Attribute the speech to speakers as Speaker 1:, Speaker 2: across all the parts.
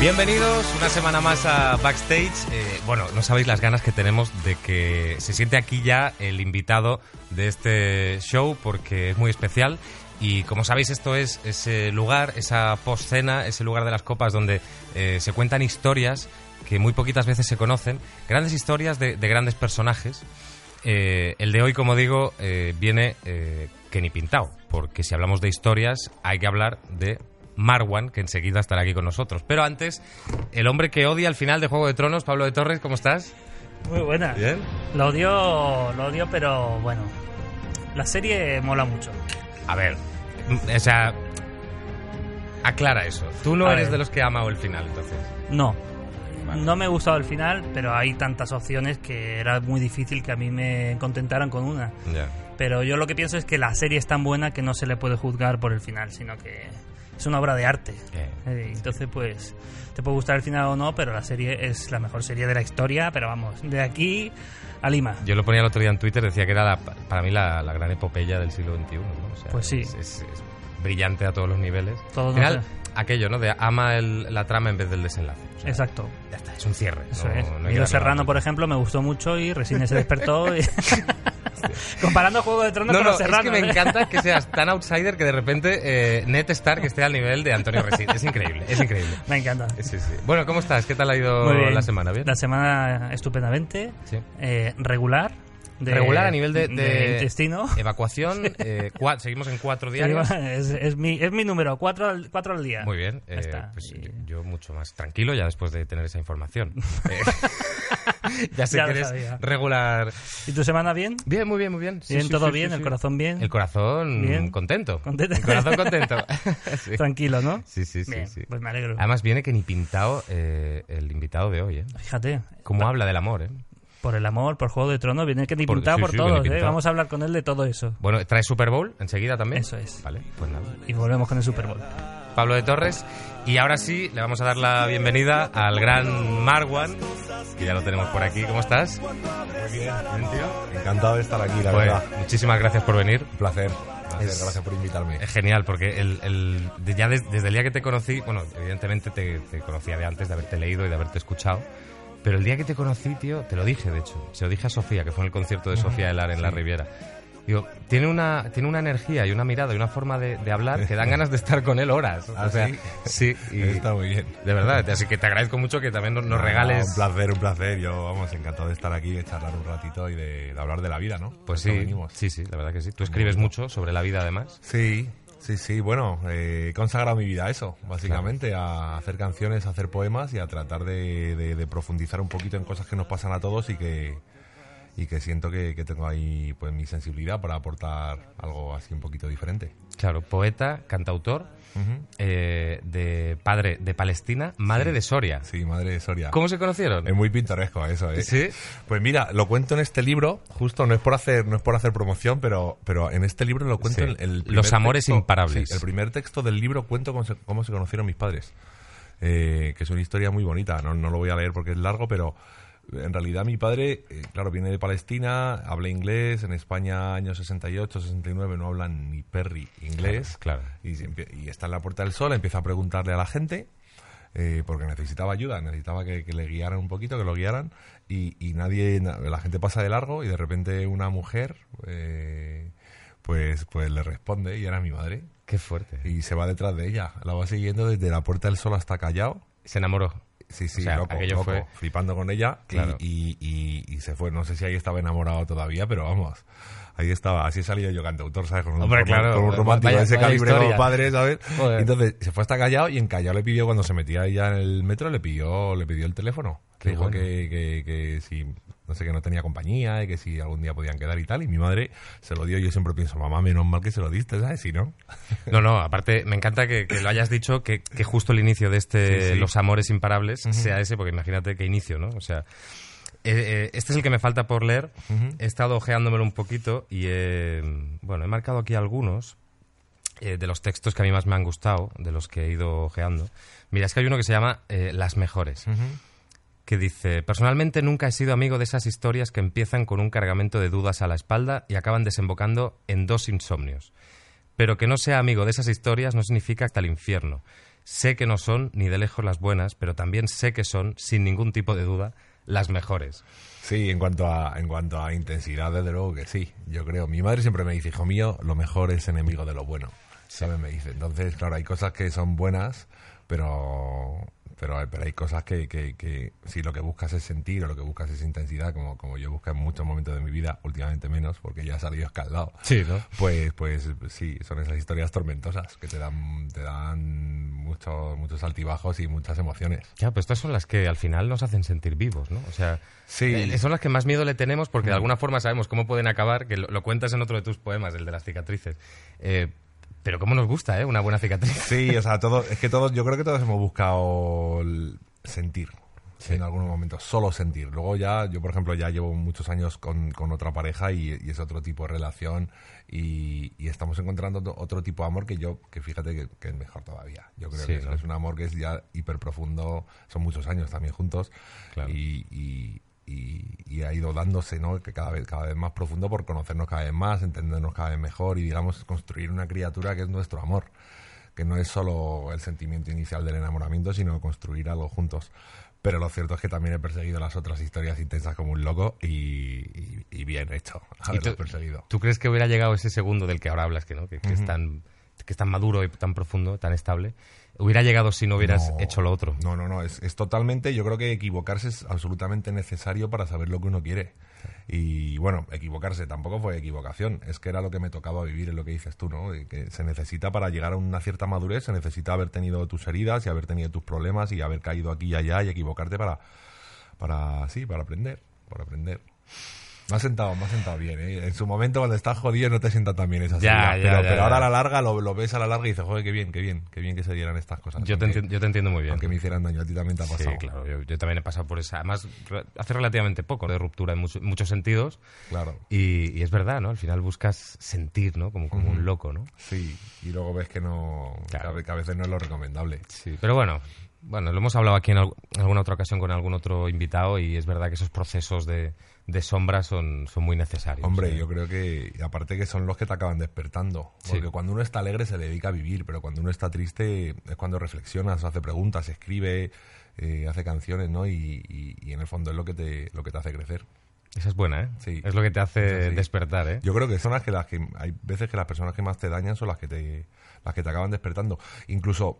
Speaker 1: Bienvenidos una semana más a Backstage. Eh, bueno, no sabéis las ganas que tenemos de que se siente aquí ya el invitado de este show porque es muy especial. Y como sabéis, esto es ese lugar, esa postcena, ese lugar de las copas donde eh, se cuentan historias que muy poquitas veces se conocen, grandes historias de, de grandes personajes. Eh, el de hoy, como digo, eh, viene eh, que ni pintado, porque si hablamos de historias hay que hablar de Marwan, que enseguida estará aquí con nosotros. Pero antes, el hombre que odia al final de Juego de Tronos, Pablo de Torres, ¿cómo estás?
Speaker 2: Muy buena.
Speaker 1: Bien.
Speaker 2: Lo odio, lo odio, pero bueno. La serie mola mucho.
Speaker 1: A ver, mm, o sea, aclara eso. Tú no
Speaker 2: A
Speaker 1: eres
Speaker 2: ver.
Speaker 1: de los que ha amado el final, entonces.
Speaker 2: No.
Speaker 1: Vale.
Speaker 2: No me ha gustado el final, pero hay tantas opciones que era muy difícil que a mí me contentaran con una.
Speaker 1: Ya.
Speaker 2: Pero yo lo que pienso es que la serie es tan buena que no se le puede juzgar por el final, sino que es una obra de arte.
Speaker 1: Eh,
Speaker 2: Eh, Entonces, pues, te puede gustar el final o no, pero la serie es la mejor serie de la historia, pero vamos, de aquí a Lima.
Speaker 1: Yo lo ponía el otro día en Twitter, decía que era la- para mí la, la gran epopeya del siglo XXI. ¿no? O sea,
Speaker 2: Pues sí.
Speaker 1: Es, es- es brillante a todos los niveles.
Speaker 2: Todo
Speaker 1: Al final, aquello, ¿no? De ama el- la trama en vez del desenlace. O sea,
Speaker 2: Exacto.
Speaker 1: Ya está, es un cierre.
Speaker 2: Eso
Speaker 1: no-
Speaker 2: es.
Speaker 1: no hay que
Speaker 2: Milo
Speaker 1: darle
Speaker 2: Serrano,
Speaker 1: más.
Speaker 2: por ejemplo, me gustó mucho y Resine se despertó. y- Comparando Juego de Tronos
Speaker 1: No,
Speaker 2: con
Speaker 1: no,
Speaker 2: los Serrano.
Speaker 1: es que me
Speaker 2: ¿eh?
Speaker 1: encanta que seas tan outsider que de repente eh, Ned Stark esté al nivel de Antonio Resines. Es increíble, es increíble.
Speaker 2: Me encanta.
Speaker 1: Sí, sí. Bueno, ¿cómo estás? ¿Qué tal ha ido
Speaker 2: Muy bien.
Speaker 1: la semana? ¿Bien?
Speaker 2: La semana estupendamente.
Speaker 1: Sí.
Speaker 2: Eh, regular. de-
Speaker 1: Regular a nivel de- de-
Speaker 2: intestino.
Speaker 1: Evacuación, eh, cua- seguimos en cuatro diarios.
Speaker 2: Es, es mi, es mi número, cuatro al, cuatro al día.
Speaker 1: Muy bien,
Speaker 2: Ya
Speaker 1: eh,
Speaker 2: está.
Speaker 1: pues
Speaker 2: Y-
Speaker 1: yo, yo mucho más tranquilo ya después de tener esa información. Eh, ya sé
Speaker 2: Ya
Speaker 1: que
Speaker 2: lo
Speaker 1: eres
Speaker 2: sabía.
Speaker 1: regular.
Speaker 2: ¿Y tu semana bien?
Speaker 1: Bien, muy bien, muy bien. Sí,
Speaker 2: bien,
Speaker 1: sí,
Speaker 2: todo
Speaker 1: sí,
Speaker 2: bien,
Speaker 1: sí,
Speaker 2: el
Speaker 1: sí.
Speaker 2: corazón bien.
Speaker 1: El corazón
Speaker 2: Bien.
Speaker 1: contento.
Speaker 2: Contento.
Speaker 1: El corazón contento. sí.
Speaker 2: Tranquilo, ¿no?
Speaker 1: Sí, sí, sí,
Speaker 2: Bien,
Speaker 1: sí.
Speaker 2: Pues me alegro.
Speaker 1: Además viene que ni pintado eh, el invitado de hoy, ¿eh?
Speaker 2: Fíjate,
Speaker 1: Cómo habla del amor, ¿eh?
Speaker 2: por el amor, por Juego de Tronos, viene que ni
Speaker 1: Por-
Speaker 2: pintado
Speaker 1: sí,
Speaker 2: por
Speaker 1: sí, viene
Speaker 2: todos, ¿eh?
Speaker 1: pintado.
Speaker 2: Vamos a hablar con él de todo eso.
Speaker 1: Bueno, trae Super Bowl enseguida también.
Speaker 2: Eso es.
Speaker 1: Vale, pues nada.
Speaker 2: Y volvemos con el Super Bowl.
Speaker 1: Pablo de Torres. Y ahora sí, le vamos a dar la bienvenida al gran Marwan, que ya lo tenemos por aquí. ¿Cómo estás? Bien, tío.
Speaker 3: Encantado de estar aquí, la
Speaker 1: Pues,
Speaker 3: verdad.
Speaker 1: muchísimas gracias por venir.
Speaker 3: Un placer. placer,
Speaker 1: Es-
Speaker 3: Gracias por invitarme.
Speaker 1: Es genial, porque el, el- de- ya des- desde el día que te conocí, bueno, evidentemente te, te conocía de antes, de haberte leído y de haberte escuchado, pero el día que te conocí, tío, te lo dije, de hecho, se lo dije a Sofía, que fue en el concierto de Sofía Elar en La Riviera. Digo, tiene una, tiene una energía y una mirada y una forma de, de hablar que dan ganas de estar con él horas. O
Speaker 3: ¿Ah,
Speaker 1: sea,
Speaker 3: sí?
Speaker 1: sí, y
Speaker 3: Está muy bien.
Speaker 1: de verdad, así que te agradezco mucho que también nos, nos regales...
Speaker 3: Un placer, un placer. Yo, vamos, encantado de estar aquí, de charlar un ratito y de, de hablar de la vida, ¿no?
Speaker 1: Pues
Speaker 3: Esto
Speaker 1: sí,
Speaker 3: venimos.
Speaker 1: sí, sí, la verdad que sí. Tú escribes mucho sobre la vida, además.
Speaker 3: Sí, sí, sí. Bueno, eh, he consagrado mi vida a eso, básicamente, a hacer canciones, a hacer poemas y a tratar de, de- de profundizar un poquito en cosas que nos pasan a todos y que, y que siento que, que tengo ahí pues mi sensibilidad para aportar algo así un poquito diferente.
Speaker 1: Claro, poeta, cantautor,
Speaker 3: Ujú.
Speaker 1: eh, de padre de Palestina, madre de Soria.
Speaker 3: Sí, madre de Soria.
Speaker 1: ¿Cómo se conocieron?
Speaker 3: Es muy pintoresco eso, ¿eh?
Speaker 1: Sí.
Speaker 3: Pues mira, lo cuento en este libro, justo, no es por hacer, no es por hacer promoción, pero, pero en este libro lo cuento
Speaker 1: Sí.
Speaker 3: en el primer
Speaker 1: Los amores
Speaker 3: texto-
Speaker 1: imparables.
Speaker 3: sí, el primer texto del libro cuento cómo se, cómo se conocieron mis padres, eh, que es una historia muy bonita. No, no lo voy a leer porque es largo, pero en realidad mi padre, eh, claro, viene de Palestina, habla inglés, en España años 68, 69 no hablan ni perri inglés.
Speaker 1: Claro, claro.
Speaker 3: Y, se empie- y está en la Puerta del Sol, empieza a preguntarle a la gente, eh, porque necesitaba ayuda, necesitaba que, que le guiaran un poquito, que lo guiaran, y, y nadie, na- la gente pasa de largo y de repente una mujer, eh, pues, pues le responde, y era mi madre,
Speaker 1: Qué fuerte.
Speaker 3: y se va detrás de ella, la va siguiendo desde la Puerta del Sol hasta Callao.
Speaker 1: Se enamoró.
Speaker 3: Sí, sí,
Speaker 1: O sea,
Speaker 3: loco,
Speaker 1: aquello
Speaker 3: loco,
Speaker 1: fue-
Speaker 3: flipando con ella y-
Speaker 1: Claro.
Speaker 3: y, y- y se fue. No sé si ahí estaba enamorado todavía, pero vamos, ahí estaba. Así he salido yo cantautor, ¿sabes? Con un,
Speaker 1: Hombre,
Speaker 3: roman-
Speaker 1: claro,
Speaker 3: con un
Speaker 1: vaya-
Speaker 3: romántico de ese
Speaker 1: vaya
Speaker 3: calibre
Speaker 1: historia.
Speaker 3: como padre, ¿sabes?
Speaker 1: Joder.
Speaker 3: Entonces se fue hasta Callao y en Callao le pidió, cuando se metía ella en el metro, le pidió, le pidió el teléfono.
Speaker 1: Qué
Speaker 3: Le dijo
Speaker 1: bueno.
Speaker 3: que, que- que si, no sé, que no tenía compañía y que si algún día podían quedar y tal. Y mi madre se lo dio. Yo siempre pienso, mamá, menos mal que se lo diste, ¿sabes? Si no.
Speaker 1: No, no, aparte me encanta que, que lo hayas dicho, que, que justo el inicio de este
Speaker 3: Sí, sí.
Speaker 1: Los Amores Imparables sea ese, porque imagínate qué inicio, ¿no? O sea, eh, eh, este es el que me falta por leer. He estado ojeándomelo un poquito y, eh, bueno, he marcado aquí algunos eh, de los textos que a mí más me han gustado, de los que he ido ojeando. Mira, es que hay uno que se llama eh, Las Mejores. que dice, personalmente nunca he sido amigo de esas historias que empiezan con un cargamento de dudas a la espalda y acaban desembocando en dos insomnios. Pero que no sea amigo de esas historias no significa hasta el infierno. Sé que no son ni de lejos las buenas, pero también sé que son, sin ningún tipo de duda, las mejores.
Speaker 3: Sí, en cuanto a en cuanto a intensidad, desde luego que sí, yo creo. Mi madre siempre me dice, hijo mío, lo mejor es enemigo de lo bueno. ¿Sabes? Me dice. Entonces, claro, hay cosas que son buenas, pero pero, pero hay cosas que, que- que si lo que buscas es sentir o lo que buscas es intensidad, como, como yo busco en muchos momentos de mi vida, últimamente menos, porque ya he salido escaldado.
Speaker 1: Sí, ¿no?
Speaker 3: Pues, pues sí, son esas historias tormentosas que te dan, te dan muchos, muchos altibajos y muchas emociones.
Speaker 1: Ya, pues estas son las que al final nos hacen sentir vivos, ¿no? O sea,
Speaker 3: Sí.
Speaker 1: eh, son las que más miedo le tenemos porque de alguna forma sabemos cómo pueden acabar, que lo, lo cuentas en otro de tus poemas, el de las cicatrices. Eh, pero cómo nos gusta, ¿eh? Una buena cicatriz.
Speaker 3: Sí, o sea, todos, es que todos, yo creo que todos hemos buscado el sentir en algún momento, solo sentir. Luego ya, yo por ejemplo, ya llevo muchos años con, con otra pareja y, y es otro tipo de relación y, y estamos encontrando otro, otro tipo de amor que yo, que fíjate que, que es mejor todavía. Yo creo
Speaker 1: Sí,
Speaker 3: que eso
Speaker 1: ¿no?
Speaker 3: es un amor que es ya hiper profundo, son muchos años también juntos
Speaker 1: Claro.
Speaker 3: y, y- y- y ha ido dándose, ¿no? Que cada vez, cada vez más profundo por conocernos cada vez más, entendernos cada vez mejor y, digamos, construir una criatura que es nuestro amor que no es solo el sentimiento inicial del enamoramiento, sino construir algo juntos. Pero lo cierto es que también he perseguido las otras historias intensas como un loco y, y- y bien hecho haberlas
Speaker 1: tú-
Speaker 3: perseguido.
Speaker 1: ¿Tú crees que hubiera llegado ese segundo del que ahora hablas, que, ¿no? que, que es, tan, que es tan maduro y tan profundo, tan estable? ¿Hubiera llegado si no hubieras
Speaker 3: No.
Speaker 1: hecho lo otro?
Speaker 3: No, no, no, es, es totalmente, yo creo que equivocarse es absolutamente necesario para saber lo que uno quiere. Y bueno, equivocarse tampoco fue equivocación, es que era lo que me tocaba vivir, es lo que dices tú, ¿no? De Que se necesita para llegar a una cierta madurez, se necesita haber tenido tus heridas y haber tenido tus problemas y haber caído aquí y allá y equivocarte para, para sí, para aprender, para aprender. Me ha sentado, me ha sentado bien, ¿eh? En su momento cuando estás jodido no te sienta tan bien esas
Speaker 1: Ya, ya,
Speaker 3: heridas, pero,
Speaker 1: ya,
Speaker 3: pero
Speaker 1: ya.
Speaker 3: ahora a la larga lo, lo ves a la larga y dices, joder, qué bien, qué bien, qué bien que se dieran estas cosas.
Speaker 1: Yo te,
Speaker 3: Aunque-
Speaker 1: enti- yo te entiendo muy bien.
Speaker 3: aunque me hicieran daño, a ti también te ha pasado.
Speaker 1: Sí, claro, yo, yo también he pasado por esa. Además, re- hace relativamente poco de ruptura en mucho- muchos sentidos.
Speaker 3: Claro.
Speaker 1: Y, y es verdad, ¿no? Al final buscas sentir, ¿no? Como, como un loco, ¿no?
Speaker 3: Sí, y luego ves que no
Speaker 1: Claro.
Speaker 3: que a- que a veces no es lo recomendable.
Speaker 1: Sí. Pero bueno, bueno, lo hemos hablado aquí en al- alguna otra ocasión con algún otro invitado y es verdad que esos procesos de, de sombra son, son muy necesarios. ¿eh?
Speaker 3: Hombre,
Speaker 1: Sí.
Speaker 3: yo creo que y aparte que son los que te acaban despertando, porque
Speaker 1: Sí.
Speaker 3: cuando uno está alegre se dedica a vivir, pero cuando uno está triste es cuando reflexionas, hace preguntas, escribe, eh, hace canciones, ¿no? Y, y- y en el fondo es lo que te lo que te hace crecer.
Speaker 1: Esa es buena, ¿eh?
Speaker 3: Sí.
Speaker 1: Es lo que te hace
Speaker 3: Esa sí.
Speaker 1: despertar, ¿eh?
Speaker 3: Yo creo que son las que las que hay veces que las personas que más te dañan son las que te las que te acaban despertando. Incluso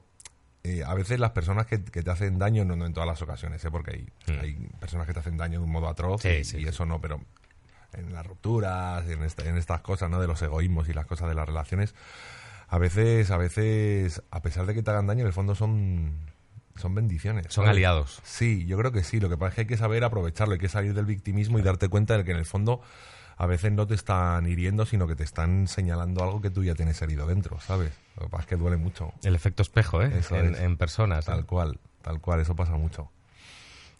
Speaker 3: eh, a veces las personas que, que te hacen daño, no, no en todas las ocasiones, ¿eh? porque hay,
Speaker 1: Mm.
Speaker 3: hay personas que te hacen daño de un modo atroz
Speaker 1: Sí,
Speaker 3: y,
Speaker 1: sí,
Speaker 3: y
Speaker 1: sí.
Speaker 3: eso no, pero en las rupturas, en, esta- en estas cosas, ¿no? De los egoísmos y las cosas de las relaciones, a veces, a veces, a pesar de que te hagan daño, en el fondo son, son bendiciones.
Speaker 1: Son
Speaker 3: ¿sabes?
Speaker 1: aliados.
Speaker 3: Sí, yo creo que sí. Lo que pasa es que hay que saber aprovecharlo, hay que salir del victimismo y darte cuenta de que en el fondo a veces no te están hiriendo, sino que te están señalando algo que tú ya tienes herido dentro, ¿sabes? Lo que pasa es que duele mucho.
Speaker 1: El efecto espejo, ¿eh?
Speaker 3: Eso
Speaker 1: en,
Speaker 3: es.
Speaker 1: en personas. ¿eh?
Speaker 3: Tal cual, tal cual, eso pasa mucho.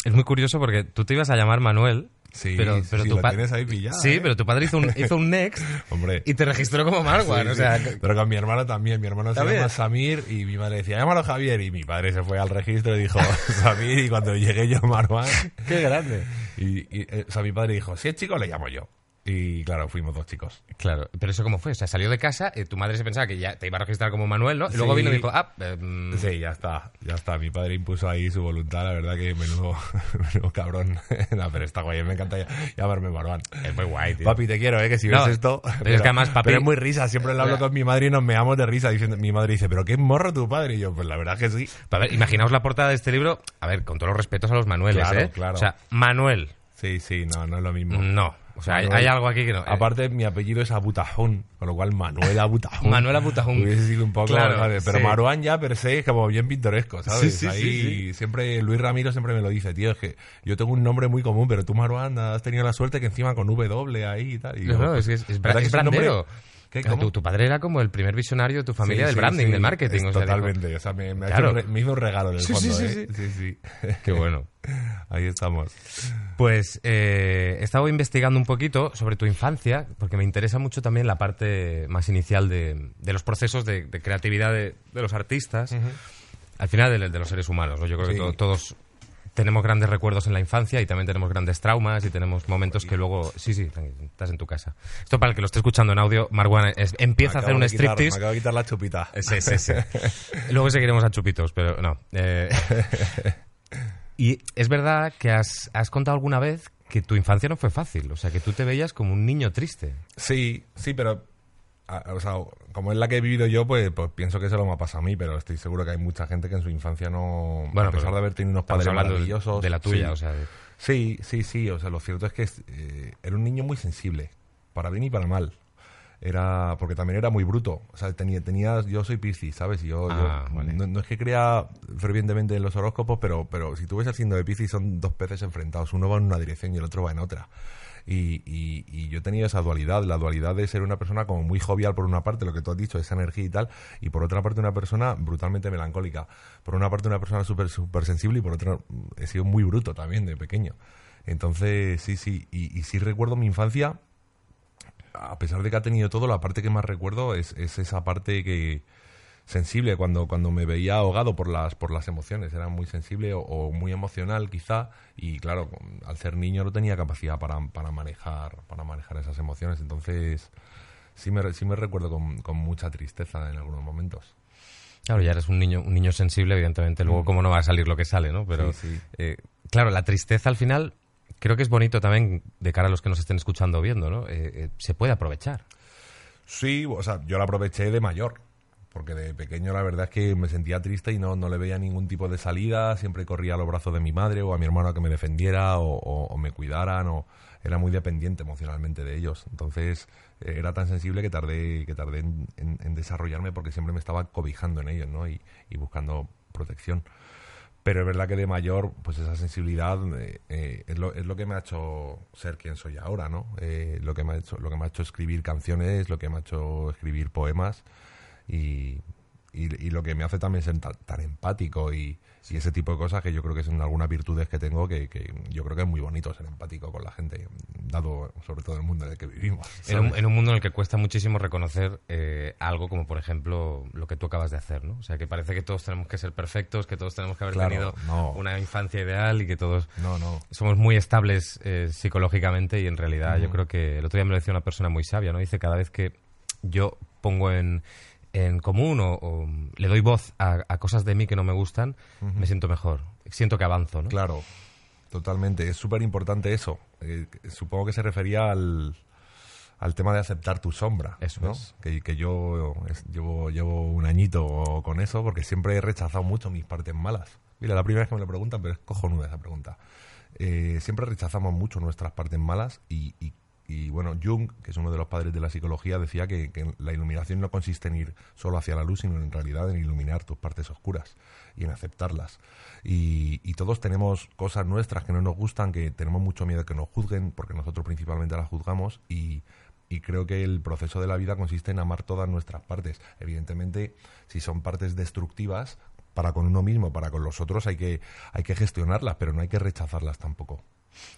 Speaker 1: Es muy curioso porque tú te ibas a llamar Manuel.
Speaker 3: Sí,
Speaker 1: pero,
Speaker 3: sí,
Speaker 1: pero
Speaker 3: sí,
Speaker 1: tu
Speaker 3: lo
Speaker 1: pa-
Speaker 3: tienes ahí pillado,
Speaker 1: Sí,
Speaker 3: ¿eh?
Speaker 1: pero tu padre hizo un, hizo un next
Speaker 3: Hombre.
Speaker 1: y te registró como Marwan.
Speaker 3: Sí,
Speaker 1: o
Speaker 3: sí.
Speaker 1: sea,
Speaker 3: Pero con mi hermano también. Mi hermano se
Speaker 1: ¿También?
Speaker 3: llama Samir y mi madre decía, llámalo Javier. Y mi padre se fue al registro y dijo, Samir. Y cuando llegué yo, Marwan.
Speaker 1: qué grande.
Speaker 3: Y, y, eh, o sea, mi padre dijo, si es chico, le llamo yo. Y claro, fuimos dos chicos.
Speaker 1: Claro, pero eso cómo fue, o sea, salió de casa, eh, tu madre se pensaba que ya te iba a registrar como Manuel, ¿no? Y luego
Speaker 3: Sí.
Speaker 1: vino y dijo, ah, eh, mm,
Speaker 3: Sí, ya está, ya está. Mi padre impuso ahí su voluntad, la verdad que menudo, menudo cabrón. no, pero está guay, me encanta ya- llamarme Marwan.
Speaker 1: es muy guay, tío.
Speaker 3: Papi, te quiero, ¿eh? Que si
Speaker 1: No,
Speaker 3: ves esto...
Speaker 1: pero es que además, papi-
Speaker 3: pero es muy risa, siempre lo hablo
Speaker 1: Mira.
Speaker 3: con mi madre y nos meamos de risa. Diciendo, mi madre dice, pero qué morro tu padre. Y yo, pues la verdad que sí.
Speaker 1: A ver, imaginaos la portada de este libro, a ver, con todos los respetos a los Manueles,
Speaker 3: Claro,
Speaker 1: ¿eh?
Speaker 3: claro.
Speaker 1: O sea, Manuel,
Speaker 3: Sí, sí, no, no es lo mismo.
Speaker 1: no. O sea, hay,
Speaker 3: Manuel.
Speaker 1: hay algo aquí que no. eh,
Speaker 3: Aparte, mi apellido es Abutajón, con lo cual Manuel Abutajón.
Speaker 1: Manuel Abutajón.
Speaker 3: Hubiese sido un poco,
Speaker 1: Claro,
Speaker 3: ¿sabes? Pero
Speaker 1: sí.
Speaker 3: Maruán ya per se es como bien pintoresco, ¿sabes?
Speaker 1: Sí, sí,
Speaker 3: Ahí
Speaker 1: sí,
Speaker 3: siempre, Luis Ramiro siempre me lo dice, tío, es que yo tengo un nombre muy común, pero tú Maruán has tenido la suerte que encima con W ahí y tal. Y
Speaker 1: no,
Speaker 3: yo,
Speaker 1: no, es,
Speaker 3: pues,
Speaker 1: es, es,
Speaker 3: ¿verdad
Speaker 1: bra-
Speaker 3: que
Speaker 1: es
Speaker 3: un nombre-
Speaker 1: brandero.
Speaker 3: ¿Qué?
Speaker 1: O sea,
Speaker 3: ¿Cómo?
Speaker 1: Tu, tu padre era como el primer visionario de tu
Speaker 3: Sí,
Speaker 1: familia del
Speaker 3: sí,
Speaker 1: branding,
Speaker 3: sí.
Speaker 1: del marketing.
Speaker 3: Es
Speaker 1: o sea, dijo-
Speaker 3: totalmente, o sea, me, me ha
Speaker 1: Claro.
Speaker 3: hecho un re- me hizo un regalo en el
Speaker 1: Sí, sí,
Speaker 3: fondo,
Speaker 1: sí,
Speaker 3: ¿eh? sí, sí.
Speaker 1: Qué bueno.
Speaker 3: Ahí estamos.
Speaker 1: Pues eh, he estado investigando un poquito sobre tu infancia, porque me interesa mucho también la parte más inicial de, de los procesos de, de creatividad de, de los artistas, al final de, de los seres humanos. ¿no? Yo creo que
Speaker 3: Sí.
Speaker 1: to- todos tenemos grandes recuerdos en la infancia y también tenemos grandes traumas y tenemos momentos que luego... Sí, sí, tranqui, estás en tu casa. Esto para el que lo esté escuchando en audio, Marwan es- empieza a hacer
Speaker 3: acabo
Speaker 1: un
Speaker 3: de quitar-
Speaker 1: striptease.
Speaker 3: Me acabo de quitar la chupita.
Speaker 1: Eh, Sí, sí, sí. Luego seguiremos a chupitos, pero no. Eh, y es verdad que has, has contado alguna vez que tu infancia no fue fácil, o sea, que tú te veías como un niño triste.
Speaker 3: Sí, sí, pero. a- o sea, como es la que he vivido yo, pues, pues pienso que eso lo me ha pasado a mí, pero estoy seguro que hay mucha gente que en su infancia no.
Speaker 1: Bueno,
Speaker 3: a pesar
Speaker 1: pero
Speaker 3: de haber tenido unos
Speaker 1: Estamos
Speaker 3: padres
Speaker 1: hablando
Speaker 3: maravillosos.
Speaker 1: de la tuya,
Speaker 3: sí.
Speaker 1: o sea, de-
Speaker 3: Sí, sí, sí. O sea, lo cierto es que eh, era un niño muy sensible, para bien y para mal. Era porque también era muy bruto. O sea, tenía, tenía yo soy Piscis, ¿sabes? Y Yo, yo-
Speaker 1: Ah, vale.
Speaker 3: no, no es que crea fervientemente en los horóscopos, pero, pero si tú ves el signo de Piscis, son dos peces enfrentados. Uno va en una dirección y el otro va en otra. Y, y- y yo he tenido esa dualidad, la dualidad de ser una persona como muy jovial por una parte, lo que tú has dicho, esa energía y tal, y por otra parte una persona brutalmente melancólica. Por una parte una persona súper súper sensible y por otra mm, he sido muy bruto también de pequeño. Entonces, sí, sí, y, y sí recuerdo mi infancia, a pesar de que ha tenido todo, la parte que más recuerdo es, es esa parte que sensible cuando, cuando me veía ahogado por las, por las emociones, era muy sensible o, o muy emocional quizá, y claro, con- al ser niño no tenía capacidad para, para manejar, para manejar esas emociones, entonces sí me, re- sí me recuerdo con, con mucha tristeza en algunos momentos.
Speaker 1: Claro, ya eres un niño, un niño sensible, evidentemente. Luego, cómo no va a salir lo que sale, ¿no? Pero,
Speaker 3: Mm. Sí, sí.
Speaker 1: eh, claro, la tristeza al final creo que es bonito también de cara a los que nos estén escuchando o viendo, ¿no? Eh, eh, se puede aprovechar.
Speaker 3: Sí, o sea, yo la aproveché de mayor. Porque de pequeño la verdad es que me sentía triste y no, no le veía ningún tipo de salida. Siempre corría a los brazos de mi madre o a mi hermano a que me defendiera o, o- o me cuidaran. O era muy dependiente emocionalmente de ellos. Entonces eh, era tan sensible que tardé, que tardé en, en- en desarrollarme porque siempre me estaba cobijando en ellos ¿no? y, y buscando protección. Pero es verdad que de mayor, pues esa sensibilidad eh, eh, es, lo, es lo que me ha hecho ser quien soy ahora, ¿no? Eh, lo, que me ha hecho, lo que me ha hecho escribir canciones, lo que me ha hecho escribir poemas y, y- y lo que me hace también ser tan, tan empático y, y ese tipo de cosas que yo creo que son algunas virtudes que tengo que, que yo creo que es muy bonito ser empático con la gente, dado sobre todo el mundo en el que vivimos.
Speaker 1: En un,
Speaker 3: ¿sabes?
Speaker 1: en un mundo en el que cuesta muchísimo reconocer eh, algo como, por ejemplo, lo que tú acabas de hacer, ¿no? O sea, que parece que todos tenemos que ser perfectos, que todos tenemos que haber
Speaker 3: Claro,
Speaker 1: tenido
Speaker 3: no.
Speaker 1: una infancia ideal y que todos
Speaker 3: No, no.
Speaker 1: somos muy estables eh, psicológicamente y en realidad yo creo que el otro día me lo decía una persona muy sabia, ¿no? Dice, cada vez que yo pongo en, en común o, o le doy voz a, a cosas de mí que no me gustan, me siento mejor, siento que avanzo, ¿no?
Speaker 3: Claro, totalmente. Es súper importante eso. Eh, supongo que se refería al, al tema de aceptar tu sombra.
Speaker 1: Eso
Speaker 3: ¿no?
Speaker 1: es.
Speaker 3: Que, que yo es- llevo, llevo un añito con eso porque siempre he rechazado mucho mis partes malas. Mira, la primera vez que me lo preguntan, pero es cojonuda esa pregunta. Eh, siempre rechazamos mucho nuestras partes malas y, y- y, bueno, Jung, que es uno de los padres de la psicología, decía que, que la iluminación no consiste en ir solo hacia la luz, sino en realidad en iluminar tus partes oscuras y en aceptarlas. Y, y todos tenemos cosas nuestras que no nos gustan, que tenemos mucho miedo que nos juzguen, porque nosotros principalmente las juzgamos y, y creo que el proceso de la vida consiste en amar todas nuestras partes. Evidentemente, si son partes destructivas para con uno mismo, para con los otros, hay que, hay que gestionarlas, pero no hay que rechazarlas tampoco.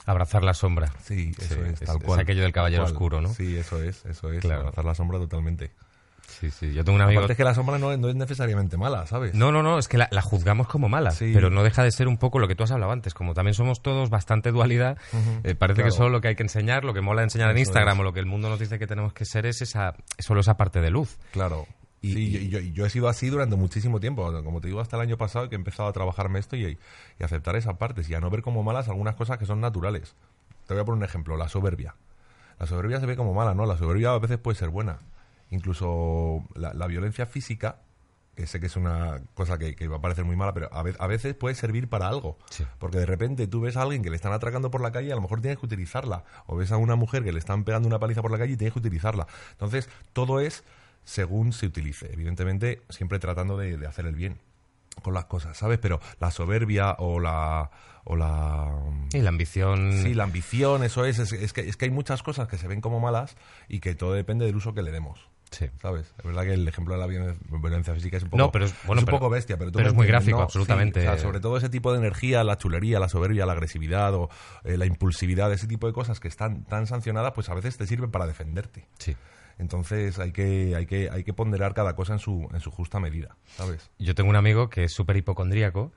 Speaker 1: Abrazar la sombra.
Speaker 3: Sí, eso
Speaker 1: Sí,
Speaker 3: es,
Speaker 1: es-
Speaker 3: tal
Speaker 1: es
Speaker 3: cual.
Speaker 1: aquello del
Speaker 3: tal
Speaker 1: caballero
Speaker 3: cual.
Speaker 1: oscuro, ¿no?
Speaker 3: Sí, eso es, eso es.
Speaker 1: Claro.
Speaker 3: Abrazar la sombra totalmente.
Speaker 1: Sí, sí. Yo tengo un amigo...
Speaker 3: Aparte es que la sombra no, es- no es necesariamente mala, ¿sabes?
Speaker 1: No, no, no, es que la, la juzgamos como mala,
Speaker 3: Sí.
Speaker 1: pero no deja de ser un poco lo que tú has hablado antes, como también somos todos bastante dualidad, eh, parece que
Speaker 3: claro.
Speaker 1: solo lo que hay que enseñar, lo que mola enseñar en
Speaker 3: Eso
Speaker 1: Instagram
Speaker 3: es.
Speaker 1: o lo que el mundo nos dice que tenemos que ser es esa, solo esa parte de luz.
Speaker 3: Claro.
Speaker 1: Y-
Speaker 3: sí, yo- yo, yo he sido así durante muchísimo tiempo. Como te digo, hasta el año pasado que he empezado a trabajarme esto y, y aceptar esas partes y a no ver como malas algunas cosas que son naturales. Te voy a poner un ejemplo, la soberbia. La soberbia se ve como mala, ¿no? La soberbia a veces puede ser buena. Incluso la, la violencia física, que eh, sé que es una cosa que, que va a parecer muy mala, pero a, ve- a veces puede servir para algo.
Speaker 1: Sí.
Speaker 3: Porque de repente tú ves a alguien que le están atracando por la calle y a lo mejor tienes que utilizarla. O ves a una mujer que le están pegando una paliza por la calle y tienes que utilizarla. Entonces, todo es según se utilice. Evidentemente, siempre tratando de, de hacer el bien con las cosas, ¿sabes? Pero la soberbia o la... O la mm,
Speaker 1: Y la ambición...
Speaker 3: Sí, la ambición, eso es. Es, es que, es que hay muchas cosas que se ven como malas y que todo depende del uso que le demos.
Speaker 1: Sí.
Speaker 3: ¿Sabes? Es verdad que el ejemplo de la violen- violencia física es un poco,
Speaker 1: No, pero es- bueno,
Speaker 3: un
Speaker 1: pero-
Speaker 3: poco bestia. Pero, tú
Speaker 1: pero
Speaker 3: me
Speaker 1: es muy
Speaker 3: entiendes,
Speaker 1: gráfico,
Speaker 3: ¿no?
Speaker 1: absolutamente.
Speaker 3: Sí, o sea, sobre todo ese tipo de energía, la chulería, la soberbia, la agresividad o eh, la impulsividad, ese tipo de cosas que están tan sancionadas, pues a veces te sirven para defenderte.
Speaker 1: Sí.
Speaker 3: Entonces hay que, hay que, hay que ponderar cada cosa en su, en su justa medida, ¿sabes?
Speaker 1: Yo tengo un amigo que es súper hipocondríaco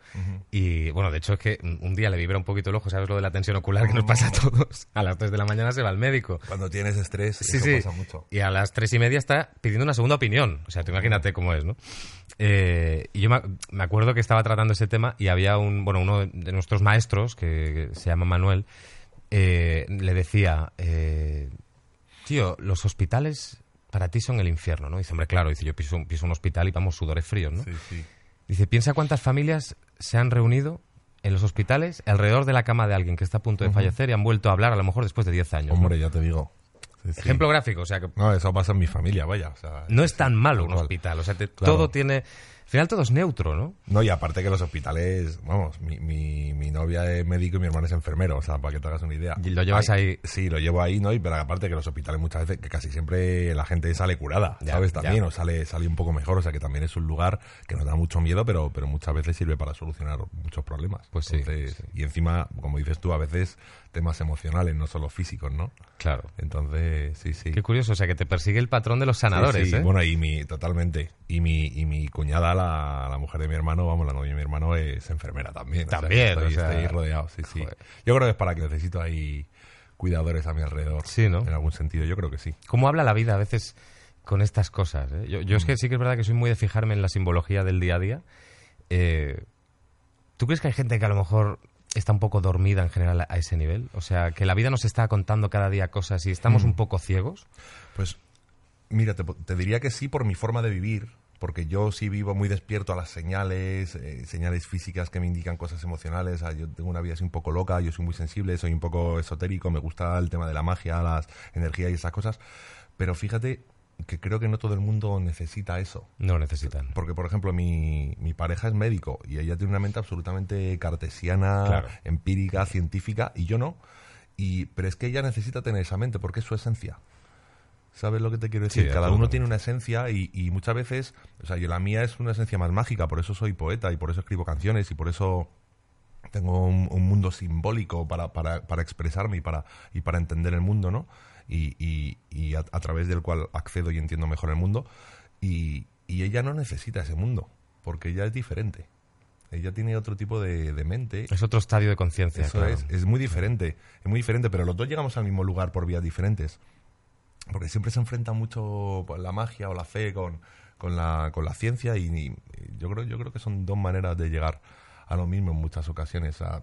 Speaker 1: y, bueno, de hecho es que un día le vibra un poquito el ojo, ¿sabes lo de la tensión ocular que nos pasa a todos? A las 3 de la mañana se va al médico.
Speaker 3: Cuando tienes estrés,
Speaker 1: Sí,
Speaker 3: eso
Speaker 1: sí.
Speaker 3: pasa mucho.
Speaker 1: Y a las tres y media está pidiendo una segunda opinión. O sea, tú imagínate cómo es, ¿no? Eh, y yo me, me acuerdo que estaba tratando ese tema y había un, bueno, uno de, de nuestros maestros, que, que se llama Manuel, eh, le decía, eh, tío, los hospitales para ti son el infierno, ¿no? Dice, hombre, claro, dice, yo piso, un- piso un hospital y vamos, sudores fríos, ¿no?
Speaker 3: Sí, sí.
Speaker 1: Dice, piensa cuántas familias se han reunido en los hospitales alrededor de la cama de alguien que está a punto de fallecer y han vuelto a hablar a lo mejor después de 10 años. ¿no?
Speaker 3: Hombre, ya te digo. Sí, sí.
Speaker 1: Ejemplo gráfico, o sea, que
Speaker 3: No, eso pasa en mi familia, vaya. o sea,
Speaker 1: no es tan malo un
Speaker 3: cual.
Speaker 1: hospital. O sea, te-
Speaker 3: Claro.
Speaker 1: todo tiene. Al final todo es neutro, ¿no?
Speaker 3: No, y aparte que los hospitales, vamos, mi, mi, mi novia es médico y mi hermano es enfermero, o sea, para que te hagas una idea.
Speaker 1: Y lo llevas ahí.
Speaker 3: Sí, lo llevo ahí, ¿no? Y pero aparte que los hospitales muchas veces, que casi siempre la gente sale curada,
Speaker 1: Ya,
Speaker 3: ¿sabes?
Speaker 1: ya.
Speaker 3: También, o sale, sale un poco mejor, o sea, que también es un lugar que nos da mucho miedo, pero, pero muchas veces sirve para solucionar muchos problemas.
Speaker 1: Pues sí, sí.
Speaker 3: Y encima, como dices tú, a veces temas emocionales, no solo físicos, ¿no?
Speaker 1: Claro.
Speaker 3: Entonces, sí, sí.
Speaker 1: Qué curioso, o sea, que te persigue el patrón de los sanadores,
Speaker 3: Sí, sí,
Speaker 1: ¿eh?
Speaker 3: Bueno, y mi, totalmente. Y mi, y mi cuñada, la, la mujer de mi hermano, vamos, la novia de mi hermano es enfermera también. o sea, que
Speaker 1: Pues También,
Speaker 3: estoy,
Speaker 1: o sea,
Speaker 3: estoy rodeado, sí, sí.
Speaker 1: joder.
Speaker 3: Yo creo que es para que necesito ahí cuidadores a mi alrededor.
Speaker 1: Sí, ¿no?
Speaker 3: En algún sentido, yo creo que sí.
Speaker 1: ¿Cómo habla la vida a veces con estas cosas? eh? Yo, yo
Speaker 3: Mm.
Speaker 1: es que sí que es verdad que soy muy de fijarme en la simbología del día a día. Eh, ¿Tú crees que hay gente que a lo mejor está un poco dormida en general a- a ese nivel? O sea, que la vida nos está contando cada día cosas y
Speaker 3: Mm.
Speaker 1: estamos un poco ciegos.
Speaker 3: Pues mira, te, po- te diría que sí por mi forma de vivir, porque yo sí vivo muy despierto a las señales, eh, señales físicas que me indican cosas emocionales. Ah, yo tengo una vida así un poco loca, yo soy muy sensible, soy un poco esotérico, me gusta el tema de la magia, las energías y esas cosas. Pero fíjate que creo que no todo el mundo necesita eso.
Speaker 1: No lo necesitan.
Speaker 3: Porque, por ejemplo, mi, mi pareja es médico y ella tiene una mente absolutamente cartesiana,
Speaker 1: Claro.
Speaker 3: empírica, científica, y yo no. Y, pero es que ella necesita tener esa mente porque es su esencia. ¿Sabes lo que te quiero decir? Cada uno
Speaker 1: absolutamente.
Speaker 3: tiene una esencia y, y muchas veces, o sea, yo la mía es una esencia más mágica, por eso soy poeta y por eso escribo canciones y por eso tengo un, un mundo simbólico para, para, para expresarme y para, y para entender el mundo, ¿no? Y, y- y a, a través del cual accedo y entiendo mejor el mundo. Y, y ella no necesita ese mundo, porque ella es diferente. Ella tiene otro tipo de, de mente.
Speaker 1: Es otro estadio de conciencia.
Speaker 3: Eso
Speaker 1: claro.
Speaker 3: es, es muy diferente, es muy diferente, pero los dos llegamos al mismo lugar por vías diferentes. Porque siempre se enfrenta mucho pues, la magia o la fe con, con, la, con la ciencia y, y yo, creo, yo creo que son dos maneras de llegar a lo mismo en muchas ocasiones. A- a-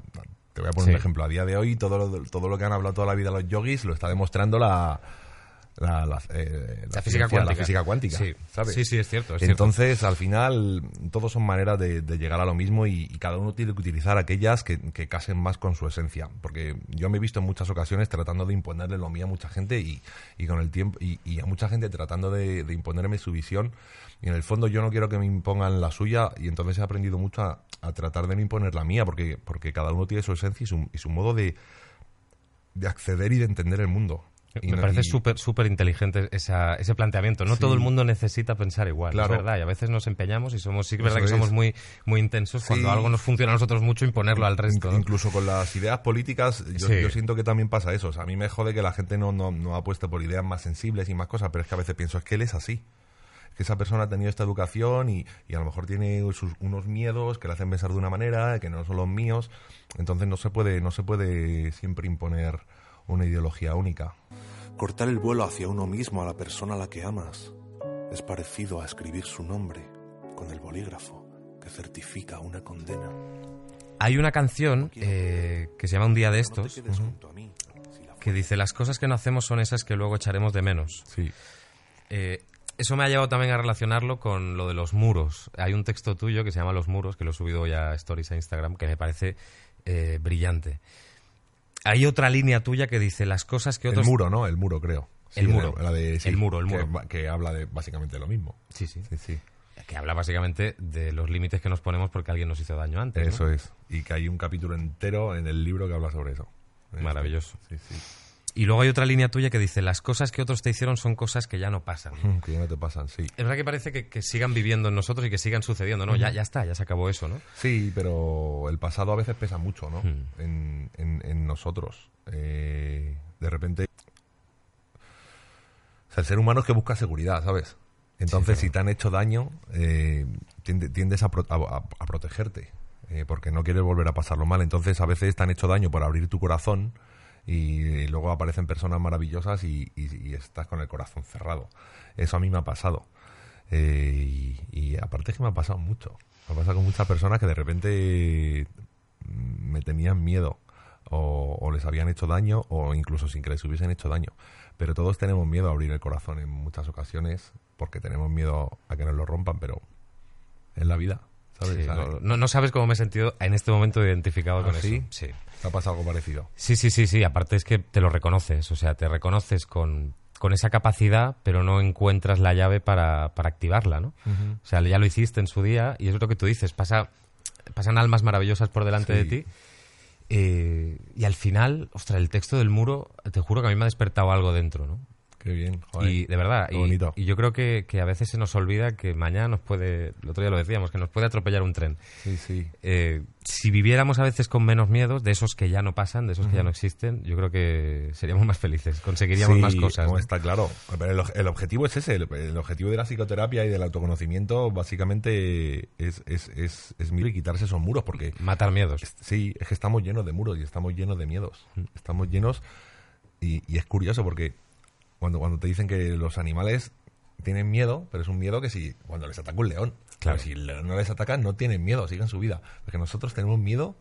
Speaker 3: te voy a poner
Speaker 1: Sí.
Speaker 3: un ejemplo. A día de hoy todo lo, todo lo que han hablado toda la vida los yogis lo está demostrando la... La, la- eh, la
Speaker 1: La física
Speaker 3: ciencia,
Speaker 1: cuántica.
Speaker 3: La física cuántica.
Speaker 1: Sí.
Speaker 3: ¿sabes?
Speaker 1: Sí, sí, es cierto, es cierto.
Speaker 3: Entonces, al final, todos son maneras de, de llegar a lo mismo y, y cada uno tiene que utilizar aquellas que, que casen más con su esencia. Porque yo me he visto en muchas ocasiones tratando de imponerle lo mío a mucha gente y, y con el tiempo y, y a mucha gente tratando de, de imponerme su visión. Y en el fondo yo no quiero que me impongan la suya y entonces he aprendido mucho a, a tratar de no imponer la mía porque, porque cada uno tiene su esencia y su, y su modo de, de acceder y de entender el mundo. Y
Speaker 1: Me
Speaker 3: no-
Speaker 1: parece
Speaker 3: y-
Speaker 1: súper súper inteligente esa- ese planteamiento. No
Speaker 3: Sí.
Speaker 1: todo el mundo necesita pensar igual,
Speaker 3: Claro.
Speaker 1: es verdad. Y a veces nos empeñamos y somos, sí que es
Speaker 3: Eso
Speaker 1: verdad que
Speaker 3: es.
Speaker 1: somos muy, muy intensos. Cuando
Speaker 3: Sí.
Speaker 1: algo nos funciona a nosotros mucho, imponerlo al resto.
Speaker 3: Inc-
Speaker 1: ¿no?
Speaker 3: Incluso con las ideas políticas, yo,
Speaker 1: Sí.
Speaker 3: yo siento que también pasa eso. O sea, a mí me jode que la gente no, no, no apueste por ideas más sensibles y más cosas, pero es que a veces pienso, es que él es así. Es que esa persona ha tenido esta educación y, y a lo mejor tiene sus, unos miedos que le hacen pensar de una manera, que no son los míos. Entonces no se puede, no se puede siempre imponer una ideología única.
Speaker 4: Cortar el vuelo hacia uno mismo, a la persona a la que amas, es parecido a escribir su nombre con el bolígrafo que certifica una condena.
Speaker 1: Hay una canción eh, que se llama Un día de
Speaker 4: No te
Speaker 1: estos,
Speaker 4: quedes junto a mí. si la
Speaker 1: que dice, las cosas que no hacemos son esas que luego echaremos de menos.
Speaker 3: Sí.
Speaker 1: Eh, eso me ha llevado también a relacionarlo con lo de los muros. Hay un texto tuyo que se llama Los muros, que lo he subido ya a Stories a Instagram, que me parece eh, brillante. Hay otra línea tuya que dice las cosas que
Speaker 3: El
Speaker 1: otros...
Speaker 3: muro, ¿no? El muro, creo.
Speaker 1: El muro.
Speaker 3: La de, sí,
Speaker 1: El muro, el
Speaker 3: que
Speaker 1: muro.
Speaker 3: va- que habla de básicamente lo mismo.
Speaker 1: Sí, sí.
Speaker 3: Sí, sí.
Speaker 1: Que habla básicamente de los límites que nos ponemos porque alguien nos hizo daño antes. ¿no?
Speaker 3: Eso es. Y que hay un capítulo entero en el libro que habla sobre eso.
Speaker 1: Maravilloso.
Speaker 3: Sí, sí.
Speaker 1: Y luego hay otra línea tuya que dice, las cosas que otros te hicieron son cosas que ya no pasan.
Speaker 3: Mm, Que ya no te pasan, sí.
Speaker 1: Es verdad que parece que, que sigan viviendo en nosotros y que sigan sucediendo, ¿no? Ya, ya está, ya se acabó eso, ¿no?
Speaker 3: Sí, pero el pasado a veces pesa mucho, ¿no? En, en- en nosotros. Eh, de repente... sea, el ser humano es que busca seguridad, ¿sabes? Entonces, si te han hecho daño, eh, tiende- tiendes a, pro- a- a- a protegerte, eh, porque no quieres volver a pasarlo mal. Entonces, a veces te han hecho daño por abrir tu corazón y eh, luego aparecen personas maravillosas y, y- y estás con el corazón cerrado. Eso a mí me ha pasado. Eh, y, y aparte es que me ha pasado mucho. Me ha pasado con muchas personas que de repente mm, me tenían miedo o, o les habían hecho daño o incluso sin que les hubiesen hecho daño. Pero todos tenemos miedo a abrir el corazón en muchas ocasiones porque tenemos miedo a que nos lo rompan, pero en la vida, ¿sabes?
Speaker 1: Sí,
Speaker 3: O sea,
Speaker 1: no, no- no sabes cómo me he sentido en este momento identificado
Speaker 3: ¿Ah,
Speaker 1: con
Speaker 3: sí?
Speaker 1: eso. Sí.
Speaker 3: ¿Te ha pasado algo parecido?
Speaker 1: Sí, sí, sí, sí. Aparte es que te lo reconoces, o sea, te reconoces con, con esa capacidad, pero no encuentras la llave para, para activarla, ¿no? O sea, ya lo hiciste en su día y es lo que tú dices, pasa, pasan almas maravillosas por delante de
Speaker 3: Sí.
Speaker 1: ti. eh, y al final, ostras, el texto del muro, te juro que a mí me ha despertado algo dentro, ¿no?
Speaker 3: Qué bien, joder.
Speaker 1: Y de verdad,
Speaker 3: Qué
Speaker 1: y,
Speaker 3: bonito.
Speaker 1: y yo creo que, que a veces se nos olvida que mañana nos puede, el otro día lo decíamos, que nos puede atropellar un tren
Speaker 3: Sí, sí.
Speaker 1: eh, si viviéramos a veces con menos miedos, de esos que ya no pasan, de esos que ya no existen, yo creo que seríamos más felices, conseguiríamos
Speaker 3: Sí,
Speaker 1: más cosas.
Speaker 3: no,
Speaker 1: ¿no?
Speaker 3: Está claro. Pero el, el objetivo es ese. El, el objetivo de la psicoterapia y del autoconocimiento básicamente es, es, es, es mirar y quitarse esos muros porque
Speaker 1: Matar miedos.
Speaker 3: sí, es que estamos llenos de muros y estamos llenos de miedos. Estamos llenos y, y es curioso porque cuando, cuando te dicen que los animales tienen miedo, pero es un miedo que si cuando les ataca un león,
Speaker 1: Claro.
Speaker 3: Pero si el león no les ataca no tienen miedo, sigan su vida. Porque nosotros tenemos miedo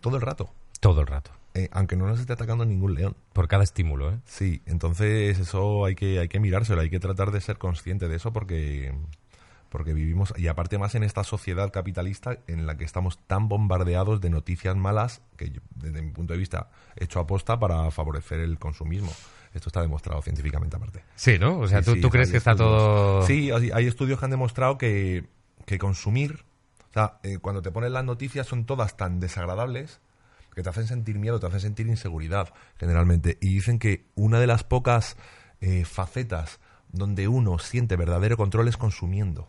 Speaker 3: todo el rato,
Speaker 1: Todo el rato.
Speaker 3: eh, aunque no nos esté atacando ningún león.
Speaker 1: Por cada estímulo, ¿eh?
Speaker 3: Sí, entonces eso hay que, hay que mirárselo, hay que tratar de ser consciente de eso porque, porque vivimos, y aparte más en esta sociedad capitalista en la que estamos tan bombardeados de noticias malas que yo, desde mi punto de vista hecho aposta para favorecer el consumismo. Esto está demostrado científicamente aparte.
Speaker 1: Sí, ¿no? O sea,
Speaker 3: Sí,
Speaker 1: ¿tú,
Speaker 3: sí,
Speaker 1: tú crees
Speaker 3: hay
Speaker 1: que está
Speaker 3: estudios.
Speaker 1: todo...
Speaker 3: Sí, hay, hay estudios que han demostrado que, que consumir, o sea, eh, cuando te ponen las noticias son todas tan desagradables que te hacen sentir miedo, te hacen sentir inseguridad generalmente. Y dicen que una de las pocas eh, facetas donde uno siente verdadero control es consumiendo.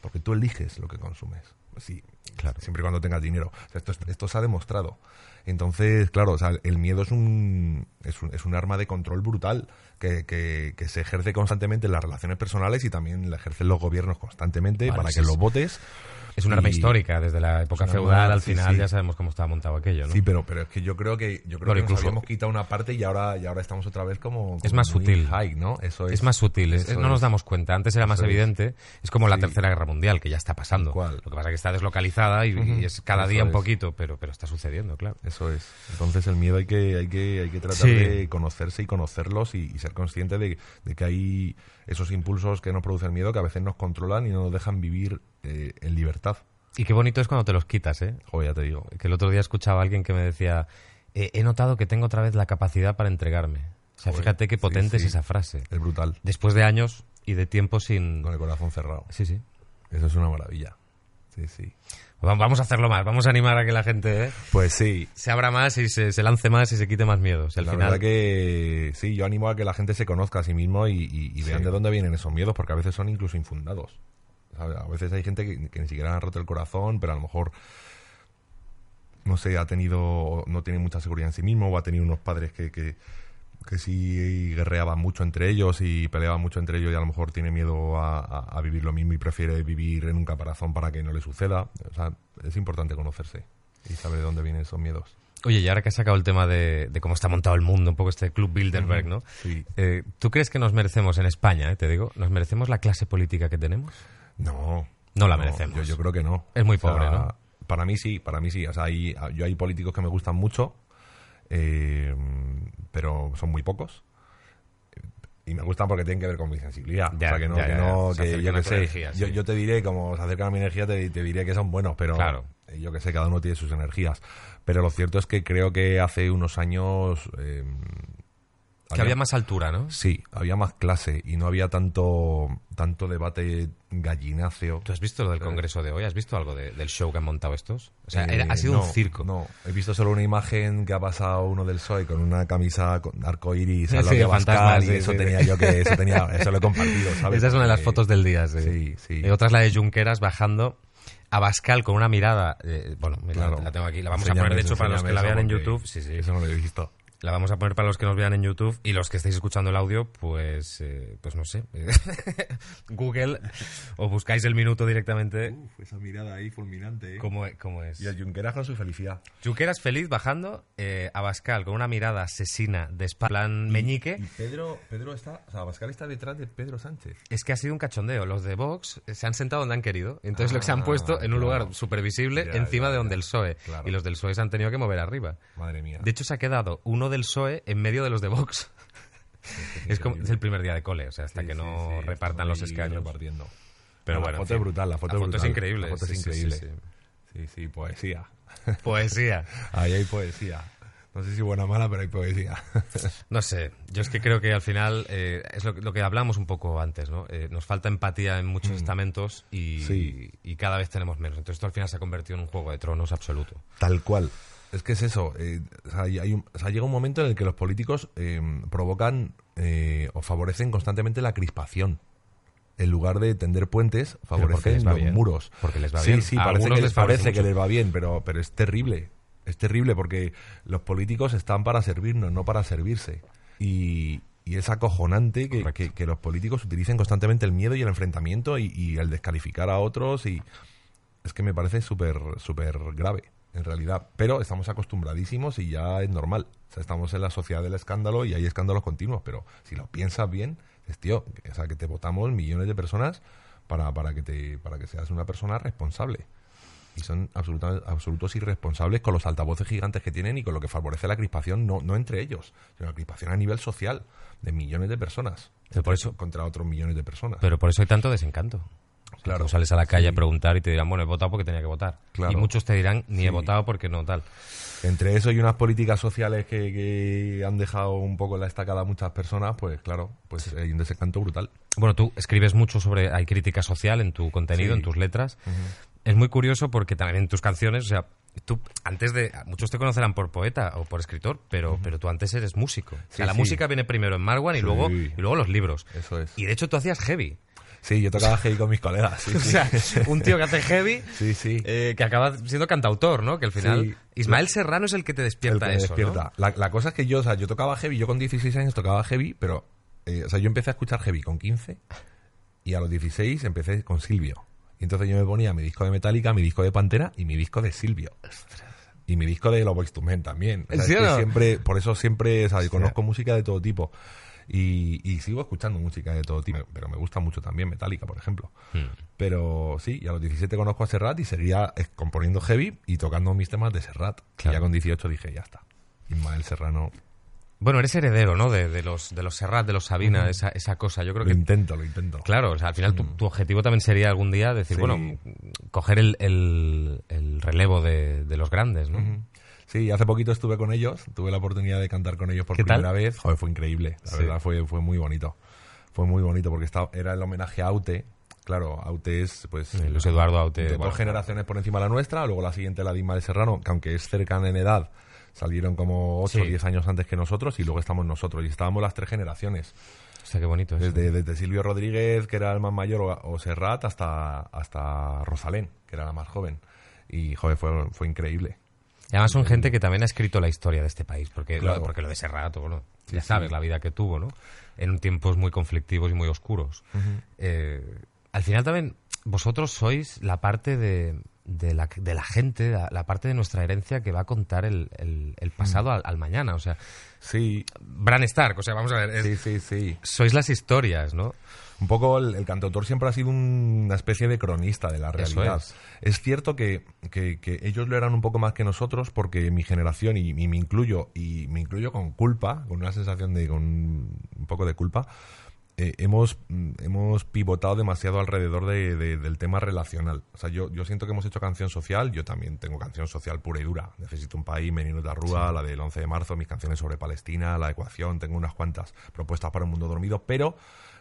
Speaker 3: Porque tú eliges lo que consumes. Sí, claro. Siempre y cuando tengas dinero. O sea, esto, esto se ha demostrado. Entonces, claro, o sea, el miedo es un, es un, es un arma de control brutal que, que- que se ejerce constantemente en las relaciones personales y también la ejercen los gobiernos constantemente
Speaker 1: Vale,
Speaker 3: para
Speaker 1: sí,
Speaker 3: que
Speaker 1: sí.
Speaker 3: los votes.
Speaker 1: Es un arma
Speaker 3: Y-
Speaker 1: histórica, desde la época
Speaker 3: Es un arma-
Speaker 1: feudal al
Speaker 3: sí,
Speaker 1: final
Speaker 3: sí.
Speaker 1: ya sabemos cómo estaba montado aquello, ¿no?
Speaker 3: Sí, pero, pero es que yo creo que, yo
Speaker 1: Bueno,
Speaker 3: creo que nos
Speaker 1: incluso-
Speaker 3: habíamos quitado una parte y ahora, y ahora estamos otra vez como.
Speaker 1: Es
Speaker 3: como
Speaker 1: más
Speaker 3: muy
Speaker 1: sutil.
Speaker 3: high, ¿no? Eso es,
Speaker 1: Es más sutil, es-
Speaker 3: eso
Speaker 1: no nos
Speaker 3: es.
Speaker 1: damos cuenta. Antes era más
Speaker 3: Eso es.
Speaker 1: evidente. Es como la
Speaker 3: Sí.
Speaker 1: Tercera Guerra Mundial, que ya está pasando.
Speaker 3: Tal cual.
Speaker 1: Lo que pasa es que está deslocalizada y, y es cada
Speaker 3: Eso
Speaker 1: día un
Speaker 3: es.
Speaker 1: poquito, pero, pero está sucediendo, claro.
Speaker 3: Eso es. Entonces el miedo hay que, hay que, hay que tratar
Speaker 1: Sí.
Speaker 3: de conocerse y conocerlos y, y ser consciente de, de que hay esos impulsos que nos producen miedo que a veces nos controlan y no nos dejan vivir eh, en libertad.
Speaker 1: Y qué bonito es cuando te los quitas, ¿eh?
Speaker 3: Joder, ya te digo.
Speaker 1: que el otro día escuchaba a alguien que me decía, "Eh, he notado que tengo otra vez la capacidad para entregarme. O sea,
Speaker 3: Joder,
Speaker 1: fíjate qué
Speaker 3: sí,
Speaker 1: potente
Speaker 3: sí.
Speaker 1: es esa frase.
Speaker 3: Es brutal.
Speaker 1: Después de años y de tiempo sin...
Speaker 3: Con el corazón cerrado.
Speaker 1: Sí, sí.
Speaker 3: Eso es una maravilla. Sí, sí.
Speaker 1: Va- Vamos a hacerlo más, vamos a animar a que la gente eh,
Speaker 3: Pues sí.
Speaker 1: se abra más y se, se lance más y se quite más miedo. O sea, al
Speaker 3: la
Speaker 1: final,
Speaker 3: verdad que sí, yo animo a que la gente se conozca a sí mismo y, y- y vean de dónde vienen esos miedos, porque a veces son incluso infundados. ¿Sabe? A veces hay gente que, que ni siquiera ha roto el corazón, pero a lo mejor, no sé, ha tenido, no tiene mucha seguridad en sí mismo o ha tenido unos padres que, que, que sí guerreaban mucho entre ellos y peleaban mucho entre ellos y a lo mejor tiene miedo a, a- a vivir lo mismo y prefiere vivir en un caparazón para que no le suceda. O sea, es importante conocerse y saber de dónde vienen esos miedos.
Speaker 1: Oye, y ahora que has sacado el tema de, de cómo está montado el mundo, un poco este Club Bilderberg, ¿no?
Speaker 3: Sí.
Speaker 1: Eh, ¿Tú crees que nos merecemos en España, eh, te digo, nos merecemos la clase política que tenemos?
Speaker 3: No.
Speaker 1: No la merecemos.
Speaker 3: Yo, yo creo que no.
Speaker 1: Es muy pobre, ¿no?
Speaker 3: Para mí sí, para mí sí. O sea, hay- yo hay políticos que me gustan mucho, eh, pero son muy pocos. Y me gustan porque tienen que ver con mi sensibilidad.
Speaker 1: Ya,
Speaker 3: o sea, que no,
Speaker 1: ya,
Speaker 3: que
Speaker 1: ya, ya.
Speaker 3: no,
Speaker 1: Se
Speaker 3: que
Speaker 1: acercan
Speaker 3: yo
Speaker 1: a
Speaker 3: que
Speaker 1: tu
Speaker 3: sé.
Speaker 1: energía,
Speaker 3: yo,
Speaker 1: sí.
Speaker 3: yo te diré, como se acercan a mi energía, te, te diré que son buenos, pero
Speaker 1: Claro.
Speaker 3: eh, yo que sé, cada uno tiene sus energías. Pero lo cierto es que creo que hace unos años... eh,
Speaker 1: Que había más altura, ¿no?
Speaker 3: Sí, había más clase y no había tanto, tanto debate gallináceo.
Speaker 1: ¿Tú has visto lo del
Speaker 3: Claro.
Speaker 1: congreso de hoy? ¿Has visto algo de- del show que han montado estos? O sea,
Speaker 3: Eh,
Speaker 1: era- ha sido
Speaker 3: no,
Speaker 1: un circo.
Speaker 3: No, he visto solo una imagen que ha pasado uno del PSOE con una camisa con arcoiris al lado
Speaker 1: Sí,
Speaker 3: de Abascal
Speaker 1: fantasmas, sí,
Speaker 3: y eso
Speaker 1: sí,
Speaker 3: tenía
Speaker 1: sí.
Speaker 3: yo que eso tenía eso lo he compartido, ¿sabes?
Speaker 1: Esa es una de las
Speaker 3: Eh,
Speaker 1: fotos del día, sí.
Speaker 3: sí, sí.
Speaker 1: Y otra es la de Junqueras bajando a Bascal con una mirada. eh, bueno, mira,
Speaker 3: Claro.
Speaker 1: la tengo aquí, la vamos a
Speaker 3: Enséñame
Speaker 1: poner de
Speaker 3: eso,
Speaker 1: hecho para los que la
Speaker 3: enséñame
Speaker 1: vean en
Speaker 3: eso, porque
Speaker 1: YouTube. Sí, sí.
Speaker 3: Eso no lo he visto.
Speaker 1: La vamos a poner para los que nos vean en YouTube y los que estáis escuchando el audio, pues, eh, pues no sé. Google o buscáis el minuto directamente.
Speaker 3: Uf, esa mirada ahí fulminante, ¿eh?
Speaker 1: ¿Cómo, e- cómo es?
Speaker 3: Y a Junqueras con su felicidad.
Speaker 1: Junqueras feliz bajando, eh, Abascal con una mirada asesina de spa- plan meñique.
Speaker 3: Y Pedro, Pedro está, o sea, Pascal está detrás de Pedro Sánchez.
Speaker 1: Es que ha sido un cachondeo. Los de Vox eh, se han sentado donde han querido. Entonces los han
Speaker 3: Ah,
Speaker 1: puesto en un
Speaker 3: claro.
Speaker 1: lugar supervisible
Speaker 3: Ya,
Speaker 1: encima
Speaker 3: ya,
Speaker 1: de donde
Speaker 3: ya.
Speaker 1: el PSOE.
Speaker 3: Claro.
Speaker 1: E. Y los del PSOE se han tenido que mover arriba.
Speaker 3: Madre mía.
Speaker 1: De hecho, se ha quedado uno del PSOE E en medio de los de Vox. Es, como, es el primer día de cole, o sea, hasta
Speaker 3: Este Sí,
Speaker 1: que
Speaker 3: sí,
Speaker 1: no
Speaker 3: sí,
Speaker 1: repartan
Speaker 3: están
Speaker 1: los
Speaker 3: ahí
Speaker 1: escaños.
Speaker 3: repartiendo.
Speaker 1: Pero
Speaker 3: No,
Speaker 1: bueno, en
Speaker 3: la foto
Speaker 1: fin.
Speaker 3: es brutal, la foto,
Speaker 1: La
Speaker 3: es,
Speaker 1: foto es
Speaker 3: brutal.
Speaker 1: increíble,
Speaker 3: La foto
Speaker 1: sí,
Speaker 3: es
Speaker 1: sí,
Speaker 3: increíble.
Speaker 1: sí,
Speaker 3: sí, sí, poesía.
Speaker 1: Poesía.
Speaker 3: Ahí hay poesía. No sé si buena o mala, pero hay poesía.
Speaker 1: No sé, yo es que creo que al final eh, es lo, que- lo que hablamos un poco antes, ¿no? Eh, nos falta empatía en muchos estamentos y,
Speaker 3: Mm. Sí.
Speaker 1: y cada vez tenemos menos. Entonces esto al final se ha convertido en un juego de tronos absoluto.
Speaker 3: Tal cual. Es que es eso. eh, o sea, hay- hay un- o sea, llega un momento en el que los políticos eh, provocan eh, o favorecen constantemente la crispación. En lugar de tender puentes,
Speaker 1: porque les
Speaker 3: favorecen
Speaker 1: va
Speaker 3: los
Speaker 1: bien.
Speaker 3: muros.
Speaker 1: Porque les va
Speaker 3: sí,
Speaker 1: bien.
Speaker 3: Sí,
Speaker 1: A
Speaker 3: parece,
Speaker 1: algunos
Speaker 3: que
Speaker 1: les
Speaker 3: les,
Speaker 1: favorece
Speaker 3: parece que
Speaker 1: mucho.
Speaker 3: les va bien, pero, pero es terrible. Es terrible porque los políticos están para servirnos, no para servirse. Y, y es acojonante que,
Speaker 1: Correcto.
Speaker 3: que- que los políticos utilicen constantemente el miedo y el enfrentamiento y- y el descalificar a otros y, es que me parece súper súper grave, en realidad. Pero estamos acostumbradísimos y ya es normal. O sea, estamos en la sociedad del escándalo y hay escándalos continuos. Pero si lo piensas bien, es tío, o sea, que te votamos millones de personas para, para, que, te, para que seas una persona responsable. Y son absoluta- absolutos irresponsables con los altavoces gigantes que tienen y con lo que favorece la crispación, no, no entre ellos, sino la crispación a nivel social de millones de personas.
Speaker 1: Pero por eso-
Speaker 3: Contra otros millones de personas.
Speaker 1: Pero por eso hay tanto desencanto. O sea,
Speaker 3: Claro.
Speaker 1: tú sales a la calle a
Speaker 3: Sí.
Speaker 1: preguntar y te dirán, bueno, he votado porque tenía que votar.
Speaker 3: Claro.
Speaker 1: Y muchos te dirán, ni he
Speaker 3: Sí.
Speaker 1: votado porque no tal.
Speaker 3: Entre eso y unas políticas sociales que, que han dejado un poco en la estacada a muchas personas, pues claro, pues hay un desencanto brutal.
Speaker 1: Bueno, tú escribes mucho sobre, hay crítica social en tu contenido,
Speaker 3: Sí.
Speaker 1: en tus letras. Es muy curioso porque también en tus canciones, o sea, tú antes de, muchos te conocerán por poeta o por escritor, pero, pero tú antes eres músico. o sea,
Speaker 3: Sí,
Speaker 1: la
Speaker 3: sí.
Speaker 1: música viene primero en Marwan y,
Speaker 3: Sí.
Speaker 1: luego, y luego los libros.
Speaker 3: Eso es.
Speaker 1: Y de hecho tú hacías heavy.
Speaker 3: Sí, yo tocaba heavy con mis colegas. Sí,
Speaker 1: O
Speaker 3: sí.
Speaker 1: sea, un tío que hace heavy,
Speaker 3: Sí, sí.
Speaker 1: eh, que acaba siendo cantautor, ¿no? Que al final
Speaker 3: Sí.
Speaker 1: Ismael Serrano es el que te
Speaker 3: El
Speaker 1: despierta
Speaker 3: que me
Speaker 1: eso, ¿no?
Speaker 3: despierta. La, la cosa es que yo, o sea, yo tocaba heavy, yo con 16 años tocaba heavy, pero, eh, o sea, yo empecé a escuchar heavy con 15 y a los 16 empecé con Silvio. Y entonces yo me ponía mi disco de Metallica, mi disco de Pantera y mi disco de Silvio. Y mi disco de Los Boyz II Men también. O sea,
Speaker 1: ¿Sí
Speaker 3: es
Speaker 1: o
Speaker 3: que
Speaker 1: no?
Speaker 3: siempre, por eso siempre, o sea, conozco música de todo tipo. Y, y sigo escuchando música de todo tipo, pero me gusta mucho también Metallica, por ejemplo. Pero sí, y a los 17 conozco a Serrat y seguía eh, componiendo heavy y tocando mis temas de Serrat.
Speaker 1: Claro.
Speaker 3: Y ya con 18 dije, ya está. Ismael Serrano,
Speaker 1: Bueno, eres heredero, ¿no? De, de los, de los Serrat, de los Sabina, esa, esa cosa. Yo creo
Speaker 3: lo
Speaker 1: que
Speaker 3: intento, lo intento.
Speaker 1: Claro, o sea, al final tu, tu objetivo también sería algún día decir,
Speaker 3: Mm. Sí.
Speaker 1: bueno, coger el, el- el relevo de, de los grandes, ¿no?
Speaker 3: Sí, hace poquito estuve con ellos, tuve la oportunidad de cantar con ellos por
Speaker 1: ¿Qué tal?
Speaker 3: primera vez. Joder, fue increíble, la
Speaker 1: Sí.
Speaker 3: verdad fue, fue muy bonito. Fue muy bonito porque estaba, era el homenaje a Aute. Claro, Aute es pues
Speaker 1: Eh, Luis Eduardo Aute.
Speaker 3: de dos
Speaker 1: bueno,
Speaker 3: generaciones por encima de la nuestra, luego la siguiente la de Ismael Serrano, que aunque es cercana en edad, salieron como 8 o
Speaker 1: Sí.
Speaker 3: 10 años antes que nosotros y luego estamos nosotros y estábamos las tres generaciones.
Speaker 1: o sea, qué bonito eso.
Speaker 3: Desde, desde Silvio Rodríguez, que era el más mayor, o, o Serrat, hasta, hasta Rosalén, que era la más joven. Y, joder, fue, fue increíble.
Speaker 1: Y además son gente que también ha escrito la historia de este país, porque,
Speaker 3: Claro.
Speaker 1: lo, porque lo de Serrat, bueno, ya sabes la vida que tuvo, ¿no? En tiempos muy conflictivos y muy oscuros. Eh, al final también vosotros sois la parte de, de, la, de la gente, la, la parte de nuestra herencia que va a contar el, el-
Speaker 3: Mm.
Speaker 1: el pasado al, al mañana, o sea...
Speaker 3: Sí,
Speaker 1: Bran Stark, o sea, vamos a ver, es-
Speaker 3: sí, sí, sí.
Speaker 1: sois las historias, ¿no?
Speaker 3: Un poco el, el cantautor siempre ha sido un- una especie de cronista de la
Speaker 1: Eso
Speaker 3: realidad.
Speaker 1: es.
Speaker 3: Es. cierto que, que- que ellos lo eran un poco más que nosotros porque mi generación, y, y me incluyo, y me incluyo con culpa, con una sensación de con un poco de culpa, eh, hemos, mm, hemos pivotado demasiado alrededor de- de- del tema relacional. O sea, yo, yo siento que hemos hecho canción social, yo también tengo canción social pura y dura. Necesito un país, Menino de Rúa, la del 11 de marzo, mis canciones sobre Palestina, la ecuación, tengo unas cuantas propuestas para un mundo dormido, pero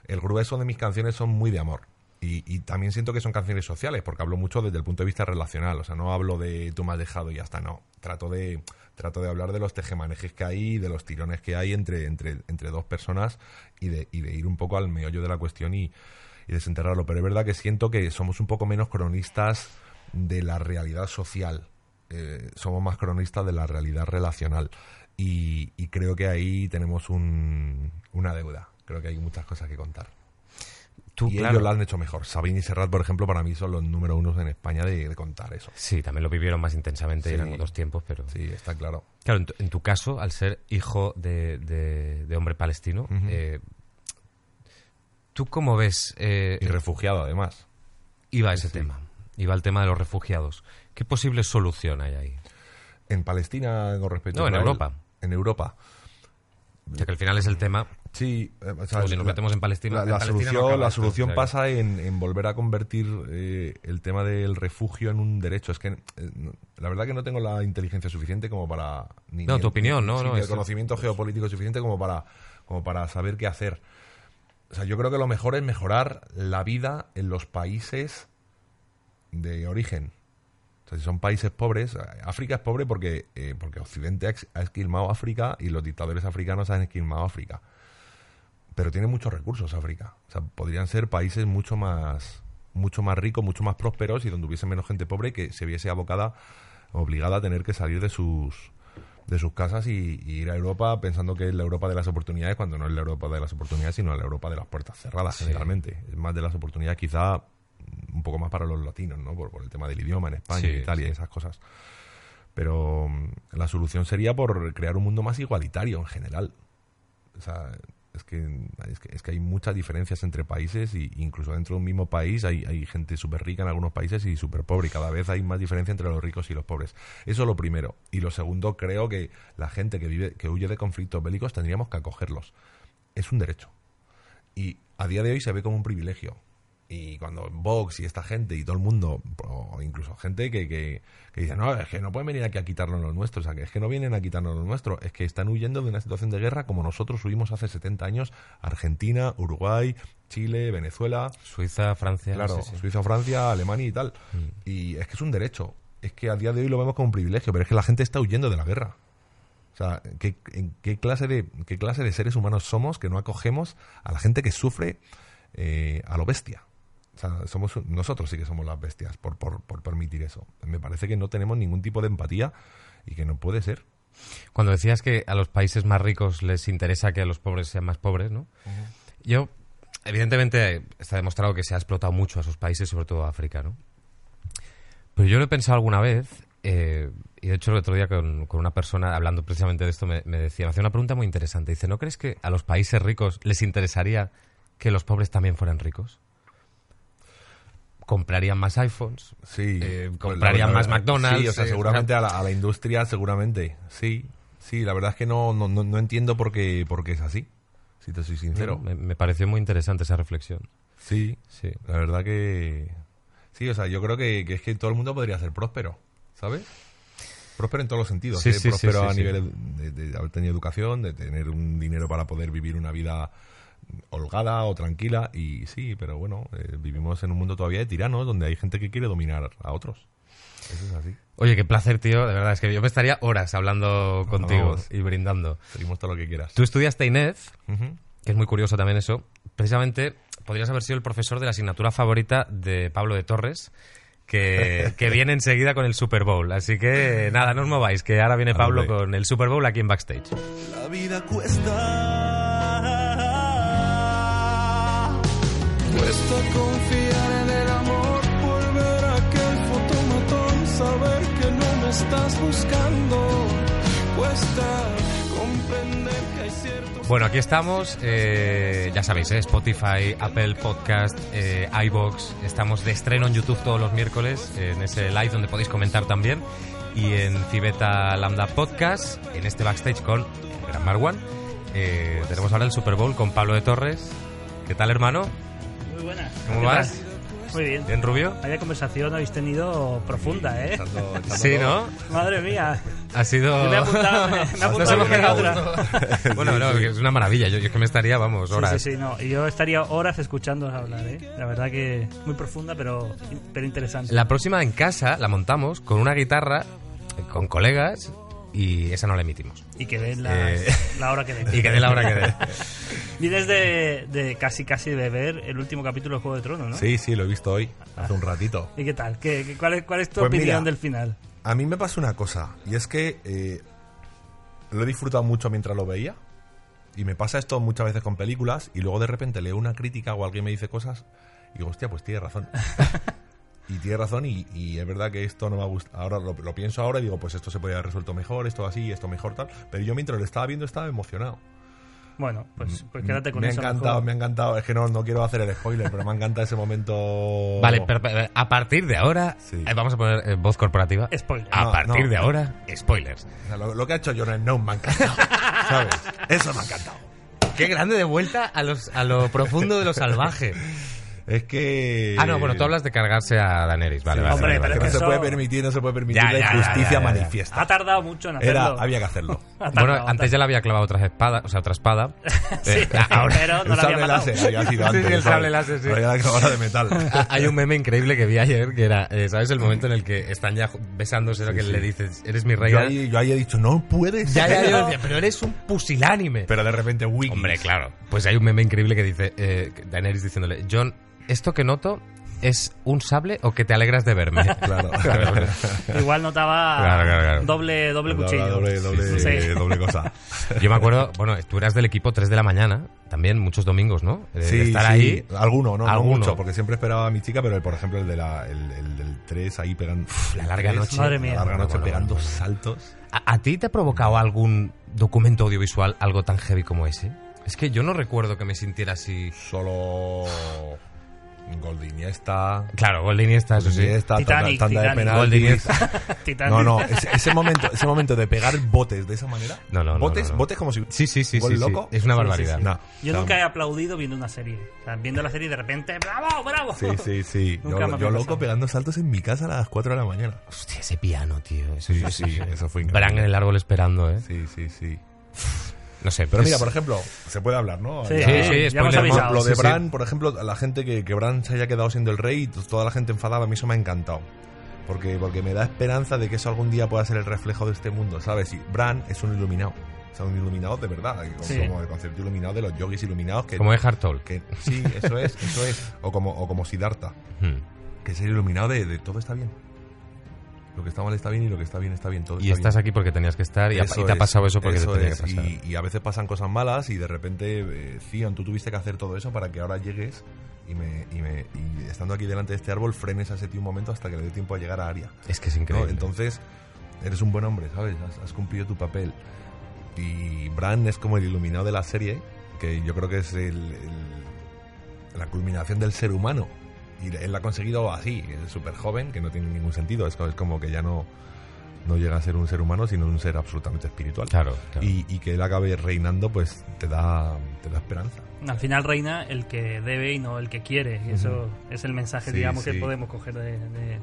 Speaker 3: el grueso de mis canciones son muy de amor. Y, y también siento que son canciones sociales, porque hablo mucho desde el punto de vista relacional. O sea, no hablo de tú me has dejado y ya está, no. Trato de, trato de hablar de los tejemanejes que hay, de los tirones que hay entre, entre, entre dos personas y de, y de ir un poco al meollo de la cuestión y, y desenterrarlo. Pero es verdad que siento que somos un poco menos cronistas de la realidad social. Eh, somos más cronistas de la realidad relacional. y, y creo que ahí tenemos un- una deuda. Creo que hay muchas cosas que contar.
Speaker 1: Tú,
Speaker 3: y
Speaker 1: claro.
Speaker 3: ellos lo han hecho mejor. Sabine y Serrat, por ejemplo, para mí son los número unos en España de, de contar eso.
Speaker 1: Sí, también lo vivieron más intensamente,
Speaker 3: Sí.
Speaker 1: eran otros tiempos, pero...
Speaker 3: Sí, está claro.
Speaker 1: Claro, en tu, en tu caso, al ser hijo de, de- de hombre palestino,
Speaker 3: Ujú.
Speaker 1: eh, ¿tú cómo ves... eh,
Speaker 3: Y refugiado, además.
Speaker 1: iba ese tema, iba el tema de los refugiados. ¿Qué posible solución hay ahí?
Speaker 3: En Palestina, con respecto
Speaker 1: No,
Speaker 3: a
Speaker 1: en
Speaker 3: Israel,
Speaker 1: Europa.
Speaker 3: En Europa.
Speaker 1: Ya que al final es
Speaker 3: Mm.
Speaker 1: el tema...
Speaker 3: Sí, eh, o sea,
Speaker 1: O si nos
Speaker 3: la-
Speaker 1: metemos en Palestina,
Speaker 3: La,
Speaker 1: en
Speaker 3: la
Speaker 1: Palestina no
Speaker 3: solución,
Speaker 1: acaba
Speaker 3: la
Speaker 1: esto,
Speaker 3: solución
Speaker 1: o sea que-
Speaker 3: pasa en, en volver a convertir eh, el tema del refugio en un derecho. Es que eh, no- la verdad que no tengo la inteligencia suficiente como para. ni-
Speaker 1: No,
Speaker 3: ni
Speaker 1: tu
Speaker 3: el-
Speaker 1: opinión, ¿no?
Speaker 3: sí,
Speaker 1: No,
Speaker 3: ni el
Speaker 1: es-
Speaker 3: conocimiento geopolítico suficiente como para, como para saber qué hacer. O sea, yo creo que lo mejor es mejorar la vida en los países de origen. O sea, si son países pobres, África es pobre porque, eh, porque Occidente ha ex- ha esquilmado África y los dictadores africanos han esquilmado África. Pero tiene muchos recursos África. O sea, podrían ser países mucho más, mucho más ricos, mucho más prósperos y donde hubiese menos gente pobre y que se viese abocada, obligada a tener que salir de sus de sus casas y, y ir a Europa pensando que es la Europa de las oportunidades cuando no es la Europa de las oportunidades sino la Europa de las puertas cerradas generalmente es más de las oportunidades quizá un poco más para los latinos no por, por el tema del idioma en España
Speaker 1: Sí,
Speaker 3: y tal y esas cosas pero mm, la solución sería por crear un mundo más igualitario en general o sea, es que, es que, es que hay muchas diferencias entre países y incluso dentro de un mismo país hay, hay gente súper rica en algunos países y súper pobre. Y cada vez hay más diferencia entre los ricos y los pobres. Eso es lo primero. Y lo segundo, creo que la gente que, vive, que huye de conflictos bélicos tendríamos que acogerlos. Es un derecho. Y a día de hoy se ve como un privilegio. Y cuando Vox y esta gente y todo el mundo, o incluso gente que, que, que dice, no, es que no pueden venir aquí a quitarnos lo nuestro, o sea, que es que no vienen a quitarnos lo nuestro, es que están huyendo de una situación de guerra como nosotros huimos hace 70 años, Argentina, Uruguay, Chile, Venezuela,
Speaker 1: Suiza, Francia...
Speaker 3: claro,
Speaker 1: no sé si- Mm.
Speaker 3: Suiza, Francia, Alemania y tal. Y es que es un derecho, es que a día de hoy lo vemos como un privilegio, pero es que la gente está huyendo de la guerra. O sea, ¿qué, en qué, clase de, ¿qué clase de seres humanos somos que no acogemos a la gente que sufre eh, a lo bestia? O sea, somos, nosotros sí que somos las bestias por, por, por permitir eso. Me parece que no tenemos ningún tipo de empatía y que no puede ser.
Speaker 1: Cuando decías que a los países más ricos les interesa que a los pobres sean más pobres, ¿no? Yo, evidentemente, está demostrado que se ha explotado mucho a esos países, sobre todo a África, ¿no? Pero yo lo he pensado alguna vez, eh, y de hecho el otro día con, con una persona hablando precisamente de esto me, me decía, me hacía una pregunta muy interesante. Dice, ¿no crees que a los países ricos les interesaría que los pobres también fueran ricos? ¿Comprarían más iPhones?
Speaker 3: Sí.
Speaker 1: Eh,
Speaker 3: Pues,
Speaker 1: comprarían
Speaker 3: la
Speaker 1: más McDonald's,
Speaker 3: Sí, o sea,
Speaker 1: eh,
Speaker 3: seguramente a la, a la industria, seguramente. Sí, sí, la verdad es que no, no, no, no entiendo por qué, por qué es así, si te soy sincero.
Speaker 1: Mm, Me- me pareció muy interesante esa reflexión.
Speaker 3: Sí,
Speaker 1: Sí.
Speaker 3: La verdad que. Sí, o sea, yo creo que, que es que todo el mundo podría ser próspero, ¿sabes? Próspero en todos los sentidos.
Speaker 1: Sí,
Speaker 3: ¿eh?
Speaker 1: sí, sí,
Speaker 3: próspero
Speaker 1: sí,
Speaker 3: a
Speaker 1: sí.
Speaker 3: nivel de, de haber tenido educación, de tener un dinero para poder vivir una vida holgada o tranquila. Y sí, pero bueno, eh, vivimos en un mundo todavía de tiranos donde hay gente que quiere dominar a otros. Eso es así.
Speaker 1: Oye, qué placer, tío. De verdad, es que yo me estaría horas hablando contigo
Speaker 3: Vamos.
Speaker 1: y brindando.
Speaker 3: Seguimos todo lo que quieras.
Speaker 1: Tú estudiaste INEF,
Speaker 3: Ujú.
Speaker 1: que es muy curioso también eso. Precisamente podrías haber sido el profesor de la asignatura favorita de Pablo de Torres, que, que viene enseguida con el Super Bowl. Así que nada, no os mováis, que ahora viene
Speaker 3: Ah,
Speaker 1: Pablo
Speaker 3: hombre.
Speaker 1: con el Super Bowl aquí en backstage.
Speaker 4: La vida cuesta. Cuesta confiar en el amor, volver a aquel fotomatón, saber que no me estás buscando. Cuesta comprender que hay ciertos.
Speaker 1: Bueno, aquí estamos, eh, ya sabéis, eh, Spotify, Apple Podcast, eh, iBox, estamos de estreno en YouTube todos los miércoles, eh, en ese live donde podéis comentar también, y en Cibeta Lambda Podcast, en este backstage con el Gran Marwan. Eh, tenemos ahora el Super Bowl con Pablo de Torres. ¿Qué tal, hermano?
Speaker 2: Muy buenas.
Speaker 1: ¿Cómo
Speaker 2: ¿Qué
Speaker 1: vas?
Speaker 2: tal? Muy bien.
Speaker 1: ¿Bien, Rubio?
Speaker 2: Vaya conversación habéis tenido profunda, ¿eh?
Speaker 3: Echando- echando
Speaker 1: Sí,
Speaker 3: todo.
Speaker 1: ¿no?
Speaker 2: Madre mía.
Speaker 1: Ha sido...
Speaker 2: Yo me he apuntado, me he apuntado
Speaker 1: Nos hemos
Speaker 2: a
Speaker 1: quedado-
Speaker 2: otra.
Speaker 1: bueno, no, que es una maravilla. Yo, yo es que me estaría, vamos,
Speaker 2: Sí,
Speaker 1: horas.
Speaker 2: sí, sí, no. Y Yo estaría horas escuchándoos hablar, ¿eh? La verdad que muy profunda, pero, pero interesante.
Speaker 1: La próxima en casa la montamos con una guitarra, con colegas, y esa no la emitimos.
Speaker 2: Y que den la,
Speaker 1: Eh.
Speaker 2: la hora que den.
Speaker 1: Y que dé la hora que dé.
Speaker 2: Vi desde de casi casi de ver el último capítulo de Juego de Tronos, ¿no?
Speaker 3: Sí, sí, lo he visto hoy, hace un ratito.
Speaker 2: ¿Y qué tal? ¿Qué, qué- cuál, es, ¿Cuál es tu
Speaker 3: Pues
Speaker 2: opinión
Speaker 3: mira.
Speaker 2: del final?
Speaker 3: A mí me pasa una cosa, y es que eh, lo he disfrutado mucho mientras lo veía. Y me pasa esto muchas veces con películas y luego de repente leo una crítica o alguien me dice cosas y digo, hostia, pues tiene razón. y tiene razón y, y es verdad que esto no me ha gustado. Ahora lo, lo pienso ahora y digo, pues esto se podría haber resuelto mejor, esto así, esto mejor tal. Pero yo mientras lo estaba viendo estaba emocionado.
Speaker 2: Bueno, pues, pues quédate con
Speaker 3: me ha
Speaker 2: eso.
Speaker 3: encantado,
Speaker 2: mejor.
Speaker 3: me ha encantado. Es que no, no quiero hacer el spoiler, pero me ha encantado ese momento.
Speaker 1: Vale, pero, pero, a partir de ahora
Speaker 3: Oh. Sí.
Speaker 1: eh, vamos a poner eh, voz corporativa.
Speaker 2: Spoiler.
Speaker 1: A
Speaker 3: No,
Speaker 1: partir
Speaker 3: no.
Speaker 1: de ahora, spoilers.
Speaker 3: O sea, lo, lo que ha hecho Jonah Snow me ha encantado. ¿Sabes? Eso me ha encantado.
Speaker 1: Qué grande de vuelta a, los, a lo profundo de lo salvaje.
Speaker 3: Es que.
Speaker 1: Ah, no, bueno, tú hablas de cargarse a Daenerys. Vale,
Speaker 3: Sí,
Speaker 1: vale.
Speaker 2: Hombre,
Speaker 1: vale,
Speaker 2: pero
Speaker 1: vale.
Speaker 3: que
Speaker 2: es
Speaker 3: no
Speaker 2: que
Speaker 3: se
Speaker 2: eso-
Speaker 3: puede permitir, no se puede permitir
Speaker 1: Ya,
Speaker 3: la
Speaker 1: ya, ya,
Speaker 3: injusticia
Speaker 1: ya, ya. Ah,
Speaker 3: manifiesta.
Speaker 2: Ha tardado mucho en hacerlo.
Speaker 3: Era, había que hacerlo.
Speaker 2: Ha tardado,
Speaker 1: Bueno, antes ya le había clavado otras espadas, o sea, otra espada.
Speaker 2: Sí,
Speaker 1: Eh, ahora,
Speaker 2: pero no
Speaker 3: el
Speaker 2: la había
Speaker 3: sable
Speaker 2: matado.
Speaker 3: láser había sido antes.
Speaker 1: Sí, sí, el
Speaker 3: ¿sabes?
Speaker 1: sable láser, sí.
Speaker 3: Había la cámara de metal.
Speaker 1: Ah, Hay un meme increíble que vi ayer que era, eh, ¿sabes? El momento en el que están ya ju- besándose, lo que
Speaker 3: sí.
Speaker 1: le dices, eres mi
Speaker 3: Yo
Speaker 1: reina.
Speaker 3: ahí, yo ahí he dicho, no puedes.
Speaker 1: Ya, ya, yo decía, pero eres un pusilánime.
Speaker 3: Pero de repente, Wiki.
Speaker 1: Hombre, claro. Pues hay un meme increíble que dice, eh, Daenerys diciéndole, John, ¿esto que noto es un sable o que te alegras de verme?
Speaker 3: Claro.
Speaker 2: Igual notaba
Speaker 1: Claro, claro, claro.
Speaker 2: doble doble cuchillo.
Speaker 3: Doble, doble,
Speaker 2: Sí, sí.
Speaker 3: doble cosa.
Speaker 1: Yo me acuerdo, bueno, tú eras del equipo 3 de la mañana, también muchos domingos, ¿no? Eh, de estar ahí.
Speaker 3: Alguno, no,
Speaker 1: Alguno.
Speaker 3: no mucho, porque siempre esperaba a mi chica, pero por ejemplo el de la, el, el del 3 ahí pegando.
Speaker 1: la larga
Speaker 3: Tres,
Speaker 1: noche.
Speaker 2: Madre mía.
Speaker 3: La larga noche
Speaker 1: Bueno, bueno,
Speaker 3: pegando
Speaker 1: bueno.
Speaker 3: saltos.
Speaker 1: ¿A, a ti te ha provocado algún documento audiovisual algo tan heavy como ese? Es que yo no recuerdo que me sintiera así.
Speaker 3: Solo. Goldiniesta.
Speaker 1: Claro, Golden Iniesta, eso sí.
Speaker 3: Iniesta,
Speaker 2: Titanic,
Speaker 3: tanda, tanda de
Speaker 2: Titanic.
Speaker 1: Golden
Speaker 3: penaltis.
Speaker 1: Iniesta.
Speaker 2: Titanic.
Speaker 3: No, no, ese, ese momento, ese momento de pegar botes de esa manera.
Speaker 1: No, no, no,
Speaker 3: botes,
Speaker 1: no, no.
Speaker 3: botes como si.
Speaker 1: Sí, sí, sí,
Speaker 3: ¿Gol
Speaker 1: sí, sí.
Speaker 3: loco?
Speaker 1: Es una
Speaker 2: Sí, sí,
Speaker 1: barbaridad.
Speaker 2: sí.
Speaker 3: No.
Speaker 2: Yo
Speaker 3: No.
Speaker 2: nunca he aplaudido viendo una serie. O sea, viendo la serie de repente, ¡bravo, bravo!
Speaker 3: Sí, sí, sí. Yo,
Speaker 2: Nunca me
Speaker 3: yo
Speaker 2: había
Speaker 3: loco
Speaker 2: pasado.
Speaker 3: pegando saltos en mi casa a las 4 de la mañana.
Speaker 1: Hostia, ese piano, tío. Eso,
Speaker 3: Sí, sí, eso fue increíble.
Speaker 1: Bran en el árbol esperando, ¿eh?
Speaker 3: Sí, sí, sí.
Speaker 1: No sé,
Speaker 3: Pero
Speaker 1: es-
Speaker 3: mira, por ejemplo, se puede hablar, ¿no?
Speaker 2: Sí,
Speaker 3: Ya-
Speaker 1: Sí, sí,
Speaker 2: ya
Speaker 1: spoiler,
Speaker 2: hemos
Speaker 3: Lo-
Speaker 2: avisado.
Speaker 3: Lo de
Speaker 1: Sí, sí.
Speaker 3: Bran, por ejemplo, a la gente que, que Bran se haya quedado siendo el rey, t- toda la gente enfadada, a mí eso me ha encantado. Porque, porque me da esperanza de que eso algún día pueda ser el reflejo de este mundo, ¿sabes? Y Bran es un iluminado. O sea, un iluminado de verdad. y con-
Speaker 2: Sí.
Speaker 3: Como el concepto iluminado de los yogis iluminados que...
Speaker 1: como de Hartol.
Speaker 3: que sí, eso es, eso es. O como, o como Siddhartha,
Speaker 1: Hmm.
Speaker 3: que es el iluminado de, de todo está bien. Lo que está mal está bien y lo que está bien está bien. Todo
Speaker 1: Y
Speaker 3: está bien.
Speaker 1: estás aquí porque tenías que estar y, ha- y
Speaker 3: Eso
Speaker 1: te ha
Speaker 3: es,
Speaker 1: pasado eso porque te tenía
Speaker 3: es,
Speaker 1: que pasar.
Speaker 3: Y, y a veces pasan cosas malas y de repente, eh, Zion, tú tuviste que hacer todo eso para que ahora llegues y, me, y, me, y estando aquí delante de este árbol frenes a ese tío un momento hasta que le dé tiempo a llegar a Aria.
Speaker 1: Es que es
Speaker 3: ¿no?
Speaker 1: increíble.
Speaker 3: Entonces, eres un buen hombre, ¿sabes? Has, has cumplido tu papel. Y Bran es como el iluminado de la serie, que yo creo que es el, el- la culminación del ser humano. Y él la ha conseguido así, es súper joven, que no tiene ningún sentido. Es, co- es como que ya no, no llega a ser un ser humano, sino un ser absolutamente espiritual.
Speaker 1: Claro, claro.
Speaker 3: Y, y que él acabe reinando, pues te da, te da esperanza.
Speaker 2: Al final reina el que debe y no el que quiere. Y eso es el mensaje,
Speaker 3: Sí,
Speaker 2: digamos,
Speaker 3: sí.
Speaker 2: que podemos coger de, de-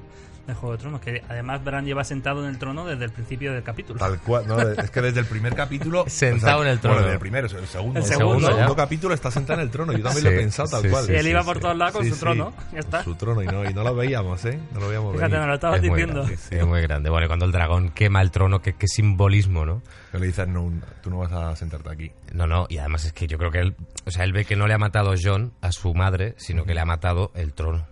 Speaker 2: de Juego de Tronos. Que además Bran lleva sentado en el trono desde el principio del capítulo.
Speaker 3: Tal cual, no, es que desde el primer capítulo.
Speaker 1: Sentado en el trono.
Speaker 3: Bueno, desde el primero, el segundo.
Speaker 2: El
Speaker 1: segundo,
Speaker 3: el segundo
Speaker 1: ya.
Speaker 3: capítulo está sentado en el trono. Yo también lo
Speaker 1: Sí,
Speaker 3: he pensado tal
Speaker 1: sí,
Speaker 3: cual.
Speaker 1: sí,
Speaker 2: Él iba por
Speaker 1: sí.
Speaker 2: todos lados con
Speaker 3: Sí,
Speaker 2: su
Speaker 3: sí.
Speaker 2: trono. Ya está.
Speaker 3: Con Su trono, y no, y no lo veíamos, ¿eh? No lo veíamos.
Speaker 2: Fíjate,
Speaker 3: venir.
Speaker 2: no lo estabas
Speaker 1: es muy
Speaker 2: diciendo.
Speaker 1: grande, es muy grande. Bueno, y cuando el dragón quema el trono, qué, qué simbolismo, ¿no?
Speaker 3: Que le dicen, no, tú no vas a sentarte aquí.
Speaker 1: No, no, y además es que yo creo que él, o sea, él ve que no le ha matado John a su madre, sino que le ha matado el trono.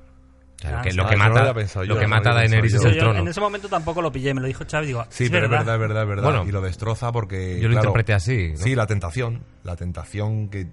Speaker 1: O sea, lo
Speaker 2: Ah,
Speaker 1: que,
Speaker 2: sí.
Speaker 1: lo
Speaker 3: Ah,
Speaker 1: que
Speaker 3: eso no lo
Speaker 1: mata,
Speaker 3: había pensado yo,
Speaker 1: lo que
Speaker 3: no lo
Speaker 1: mata a
Speaker 3: había pensado
Speaker 1: Daenerys
Speaker 3: yo.
Speaker 1: es
Speaker 2: Pero
Speaker 1: el
Speaker 2: yo en
Speaker 1: trono.
Speaker 2: ese momento tampoco lo pillé, me lo dijo Chávez. Digo,
Speaker 3: Sí,
Speaker 2: es
Speaker 3: pero
Speaker 2: verdad.
Speaker 3: es verdad, es verdad, es verdad.
Speaker 1: Bueno,
Speaker 3: y lo destroza porque.
Speaker 1: yo lo
Speaker 3: claro,
Speaker 1: interpreté así, ¿no?
Speaker 3: Sí, la tentación. La tentación que.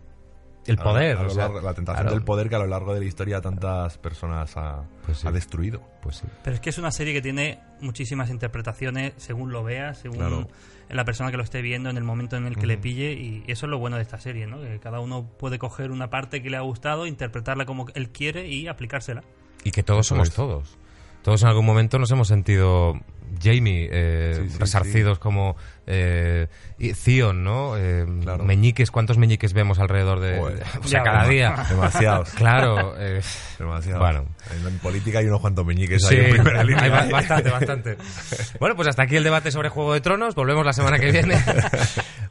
Speaker 1: El
Speaker 3: a-
Speaker 1: poder.
Speaker 3: a lo
Speaker 1: o sea,
Speaker 3: largo- la tentación
Speaker 1: claro,
Speaker 3: del poder que a lo largo de la historia tantas personas ha,
Speaker 1: Pues sí.
Speaker 3: ha destruido.
Speaker 1: Pues sí.
Speaker 2: Pero es que es una serie que tiene muchísimas interpretaciones según lo veas, según
Speaker 3: Claro.
Speaker 2: la persona que lo esté viendo, en el momento en el que le pille. Y eso es lo bueno de esta serie, ¿no? Que cada uno puede coger una parte que le ha gustado, interpretarla como él quiere y aplicársela.
Speaker 1: Y que todos somos
Speaker 3: es.
Speaker 1: todos. Todos en algún momento nos hemos sentido Jamie, eh,
Speaker 3: Sí, sí,
Speaker 1: resarcidos como eh, y Theon, ¿no? Eh,
Speaker 3: Claro.
Speaker 1: Meñiques, ¿cuántos meñiques vemos alrededor de...?
Speaker 3: Joder.
Speaker 1: O sea,
Speaker 2: Ya,
Speaker 1: cada
Speaker 2: bueno.
Speaker 1: día.
Speaker 3: Demasiados.
Speaker 1: Claro. eh,
Speaker 3: Demasiado.
Speaker 1: Bueno.
Speaker 3: En, en política hay unos cuantos meñiques
Speaker 1: sí,
Speaker 3: Pues ahí en primera línea.
Speaker 1: hay ba-
Speaker 3: ¿eh?
Speaker 1: bastante, bastante. Bueno, pues hasta aquí el debate sobre Juego de Tronos. Volvemos la semana que viene.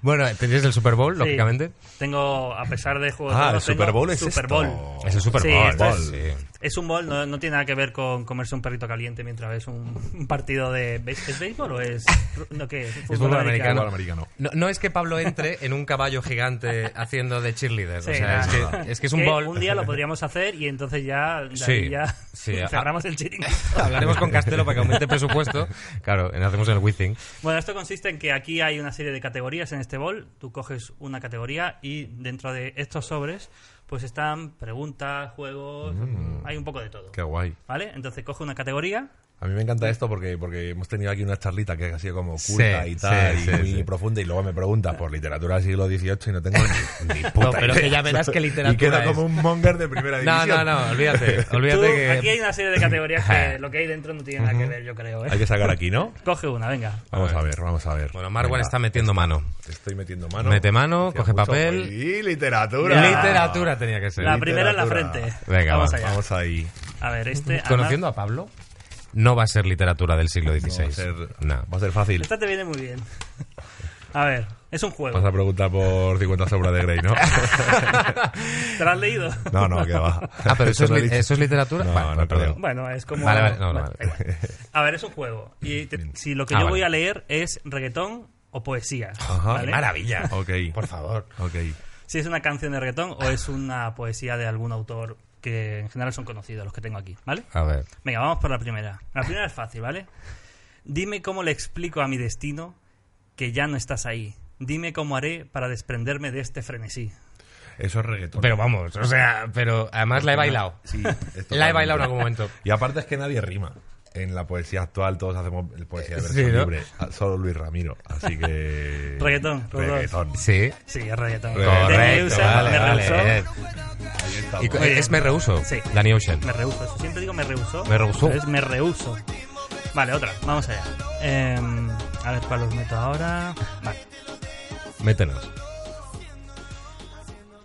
Speaker 1: Bueno, eh, tenéis el Super Bowl,
Speaker 2: Sí.
Speaker 1: lógicamente.
Speaker 2: Tengo, a pesar de juegos
Speaker 3: Ah,
Speaker 2: de
Speaker 3: el
Speaker 2: Tronos,
Speaker 3: Super
Speaker 2: tengo
Speaker 3: Bowl es
Speaker 2: Super
Speaker 3: esto.
Speaker 2: Bowl.
Speaker 1: Es el Super
Speaker 2: Sí,
Speaker 1: Bowl.
Speaker 2: esto
Speaker 3: es-
Speaker 1: sí.
Speaker 2: Es un bol, no, no tiene nada que ver con comerse un perrito caliente mientras ves un, un partido de... ¿ves- ¿Es béisbol o es...? No, ¿qué? Es
Speaker 1: fútbol americano.
Speaker 3: Fútbol americano.
Speaker 1: No, no es que Pablo entre en un caballo gigante haciendo de cheerleader.
Speaker 2: Sí,
Speaker 1: o sea, es
Speaker 2: nada. Eh,
Speaker 1: que, es que es un bol.
Speaker 2: Un día lo podríamos hacer y entonces ya, de ahí
Speaker 1: Sí,
Speaker 2: ya
Speaker 1: sí.
Speaker 2: cerramos el chiringuito.
Speaker 1: Hablaremos con Castelo para que aumente el presupuesto. Claro, en- hacemos el Withing.
Speaker 2: Bueno, esto consiste en que aquí hay una serie de categorías en este bol. Tú coges una categoría y dentro de estos sobres pues están preguntas, juegos,
Speaker 1: Mm.
Speaker 2: hay un poco de todo.
Speaker 3: Qué guay.
Speaker 2: ¿Vale? Entonces coge una categoría.
Speaker 3: A mí me encanta esto porque, porque hemos tenido aquí una charlita que ha sido como oculta
Speaker 1: Sí,
Speaker 3: y tal,
Speaker 1: sí,
Speaker 3: y
Speaker 1: sí,
Speaker 3: muy
Speaker 1: sí.
Speaker 3: profunda, y luego me preguntas por literatura del siglo XVIII y no tengo ni, ni puta
Speaker 1: No, pero
Speaker 3: idea.
Speaker 1: que ya verás qué literatura
Speaker 3: Y queda
Speaker 1: es.
Speaker 3: como un monger de primera
Speaker 1: No, no,
Speaker 3: división.
Speaker 1: no, olvídate. Olvídate
Speaker 2: Tú,
Speaker 1: que.
Speaker 2: Aquí hay una serie de categorías que lo que hay dentro no tiene nada que ver, yo creo. ¿eh?
Speaker 3: Hay que sacar aquí, ¿no?
Speaker 2: Coge una, venga.
Speaker 3: Vamos a ver, vamos a ver.
Speaker 1: Bueno, Marwan
Speaker 3: Venga,
Speaker 1: está metiendo mano.
Speaker 3: Te estoy metiendo mano.
Speaker 1: Mete mano,
Speaker 3: Hacía
Speaker 1: coge
Speaker 3: mucho
Speaker 1: papel.
Speaker 3: por- Y literatura.
Speaker 1: Literatura tenía que ser.
Speaker 2: La primera en la
Speaker 3: literatura.
Speaker 2: frente.
Speaker 1: Venga,
Speaker 2: vamos
Speaker 1: va,
Speaker 2: allá.
Speaker 3: Vamos ahí.
Speaker 2: A ver, este. además,
Speaker 1: Conociendo a Pablo, no va a ser literatura del siglo XVI.
Speaker 3: Va a ser,
Speaker 1: No.
Speaker 3: va a ser fácil.
Speaker 2: Esta te viene muy bien. A ver, es un juego.
Speaker 3: Vas a preguntar por 50 sobras de Grey, ¿no?
Speaker 2: ¿Te la has leído?
Speaker 3: No, no, que va.
Speaker 1: Ah, pero eso, es,
Speaker 3: no he
Speaker 1: li-
Speaker 3: dicho.
Speaker 1: eso es literatura.
Speaker 3: No,
Speaker 1: Vale,
Speaker 3: no
Speaker 1: vale,
Speaker 3: creo.
Speaker 1: perdón.
Speaker 2: Bueno, es como.
Speaker 1: Vale, vale, no, no,
Speaker 2: da
Speaker 1: vale.
Speaker 2: igual. A ver, es un juego. Y te- si lo que
Speaker 1: Ah,
Speaker 2: yo
Speaker 1: vale.
Speaker 2: voy a leer es reggaetón o poesía.
Speaker 3: Ajá.
Speaker 2: ¿vale?
Speaker 1: Qué maravilla.
Speaker 3: Ok.
Speaker 1: Por favor.
Speaker 3: Ok.
Speaker 2: Si es una canción de reggaetón o es una poesía de algún autor que en general son conocidos, los que tengo aquí, ¿vale?
Speaker 1: A ver.
Speaker 2: Venga, vamos por la primera. La primera es fácil, ¿vale? Dime cómo le explico a mi destino que ya no estás ahí. Dime cómo haré para desprenderme de este frenesí.
Speaker 3: Eso es reggaetón.
Speaker 1: Pero vamos, o sea, pero además la he bailado.
Speaker 3: Sí, es
Speaker 1: La he bailado en
Speaker 3: totalmente.
Speaker 1: algún momento.
Speaker 3: Y aparte es que nadie rima. En la poesía actual todos hacemos el poesía de
Speaker 1: Sí,
Speaker 3: versión
Speaker 1: ¿no?
Speaker 3: libre. Ah, Solo Luis Ramiro. Así que...
Speaker 2: Reggaetón, los dos.
Speaker 3: Reggaetón.
Speaker 1: Sí.
Speaker 2: Sí, es reggaetón.
Speaker 1: Correcto,
Speaker 2: De Meusa,
Speaker 1: vale,
Speaker 2: me
Speaker 1: vale.
Speaker 2: rehusó.
Speaker 1: Eh,
Speaker 3: Ahí estamos.
Speaker 1: y co- es Me Rehuso.
Speaker 2: Sí.
Speaker 1: Danny Ocean.
Speaker 2: Me rehuso, eso siempre digo me rehusó.
Speaker 1: Me rehusó.
Speaker 2: pero es me rehuso. Vale, otra, vamos allá. Em, a ver cuál os meto ahora. Vale.
Speaker 1: Métenos.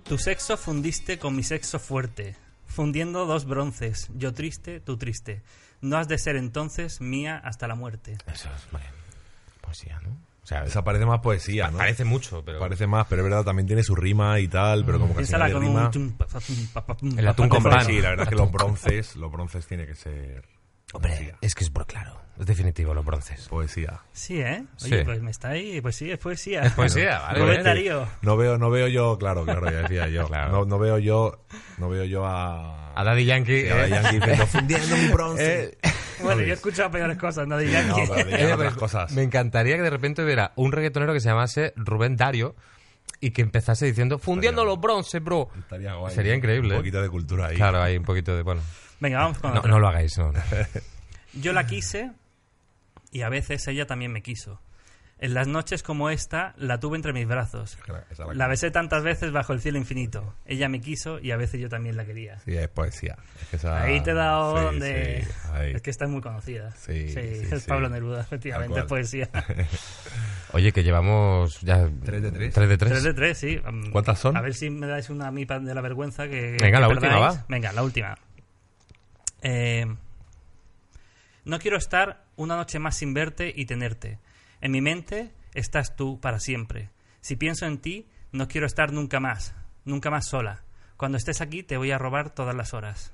Speaker 2: Tu sexo fundiste con mi sexo fuerte, fundiendo dos bronces, yo triste, tú triste. No has de ser entonces mía hasta la muerte.
Speaker 1: Eso es vale. poesía, ¿no? O sea,
Speaker 3: Esa parece más poesía, ¿no?
Speaker 1: parece mucho, pero.
Speaker 3: Parece más, pero es verdad, también tiene su rima y tal, pero como que al
Speaker 2: Piénsala
Speaker 3: final
Speaker 2: con
Speaker 3: rima...
Speaker 2: un... tum, pa, pa, pum, pa, pa, pum,
Speaker 1: El
Speaker 2: pa,
Speaker 1: atún
Speaker 2: pa,
Speaker 1: con
Speaker 2: pa,
Speaker 1: pan.
Speaker 2: pa.
Speaker 3: Sí, la verdad es que los bronces, los bronces tiene que ser
Speaker 1: Hombre,
Speaker 3: poesía.
Speaker 1: es que es por claro. Es definitivo los bronces.
Speaker 3: Poesía.
Speaker 2: Sí, ¿eh? Oye,
Speaker 1: Sí.
Speaker 2: pues me está ahí. Pues sí, es poesía.
Speaker 1: poesía, vale,
Speaker 2: Rubén
Speaker 1: bien.
Speaker 2: Darío.
Speaker 3: No veo, no veo yo, claro, claro, ya decía yo.
Speaker 1: Claro.
Speaker 3: No, no veo yo, no veo yo a,
Speaker 1: A Daddy Yankee.
Speaker 3: Sí, ahora
Speaker 1: eh,
Speaker 3: Yankee diciendo, fundiendo mi bronce.
Speaker 1: eh,
Speaker 2: Bueno, yo he escuchado peores cosas, no digan
Speaker 3: no,
Speaker 2: que...
Speaker 3: pero
Speaker 1: Eh,
Speaker 3: digan otras
Speaker 1: pues,
Speaker 3: cosas.
Speaker 1: Me encantaría que de repente hubiera un reggaetonero que se llamase Rubén Dario y que empezase diciendo fundiendo los bronces, bro.
Speaker 3: Estaría guay.
Speaker 1: Sería increíble. ¿eh?
Speaker 3: Un poquito de cultura ahí.
Speaker 1: Claro, hay un poquito de. Bueno,
Speaker 2: Venga, vamos con
Speaker 1: no,
Speaker 2: otra.
Speaker 1: no lo hagáis, no. no.
Speaker 2: Yo la quise y a veces ella también me quiso. En las noches como esta la tuve entre mis brazos.
Speaker 3: Claro, esa la-
Speaker 2: La besé tantas veces bajo el cielo infinito. Ella me quiso y a veces yo también la quería.
Speaker 3: Sí, es poesía. Es que esa-
Speaker 2: Ahí te he dado
Speaker 3: sí,
Speaker 2: donde...
Speaker 3: sí, ahí.
Speaker 2: Es que esta es muy conocida.
Speaker 3: Sí, sí,
Speaker 2: es
Speaker 3: sí.
Speaker 2: Pablo Neruda, efectivamente,
Speaker 3: Tal
Speaker 2: es
Speaker 3: cual.
Speaker 2: poesía.
Speaker 1: Oye, que llevamos ya.
Speaker 3: Tres de tres.
Speaker 1: 3 de 3.
Speaker 2: 3 de 3, sí. Mm,
Speaker 3: ¿Cuántas son?
Speaker 2: A ver si me dais una mipa de la vergüenza que...
Speaker 1: Venga,
Speaker 2: que
Speaker 1: la última,
Speaker 2: perdáis.
Speaker 1: va.
Speaker 2: Venga, la última. Eh, no quiero estar una noche más sin verte y tenerte. En mi mente estás tú para siempre. Si pienso en ti, no quiero estar nunca más, nunca más sola. Cuando estés aquí te voy a robar todas las horas.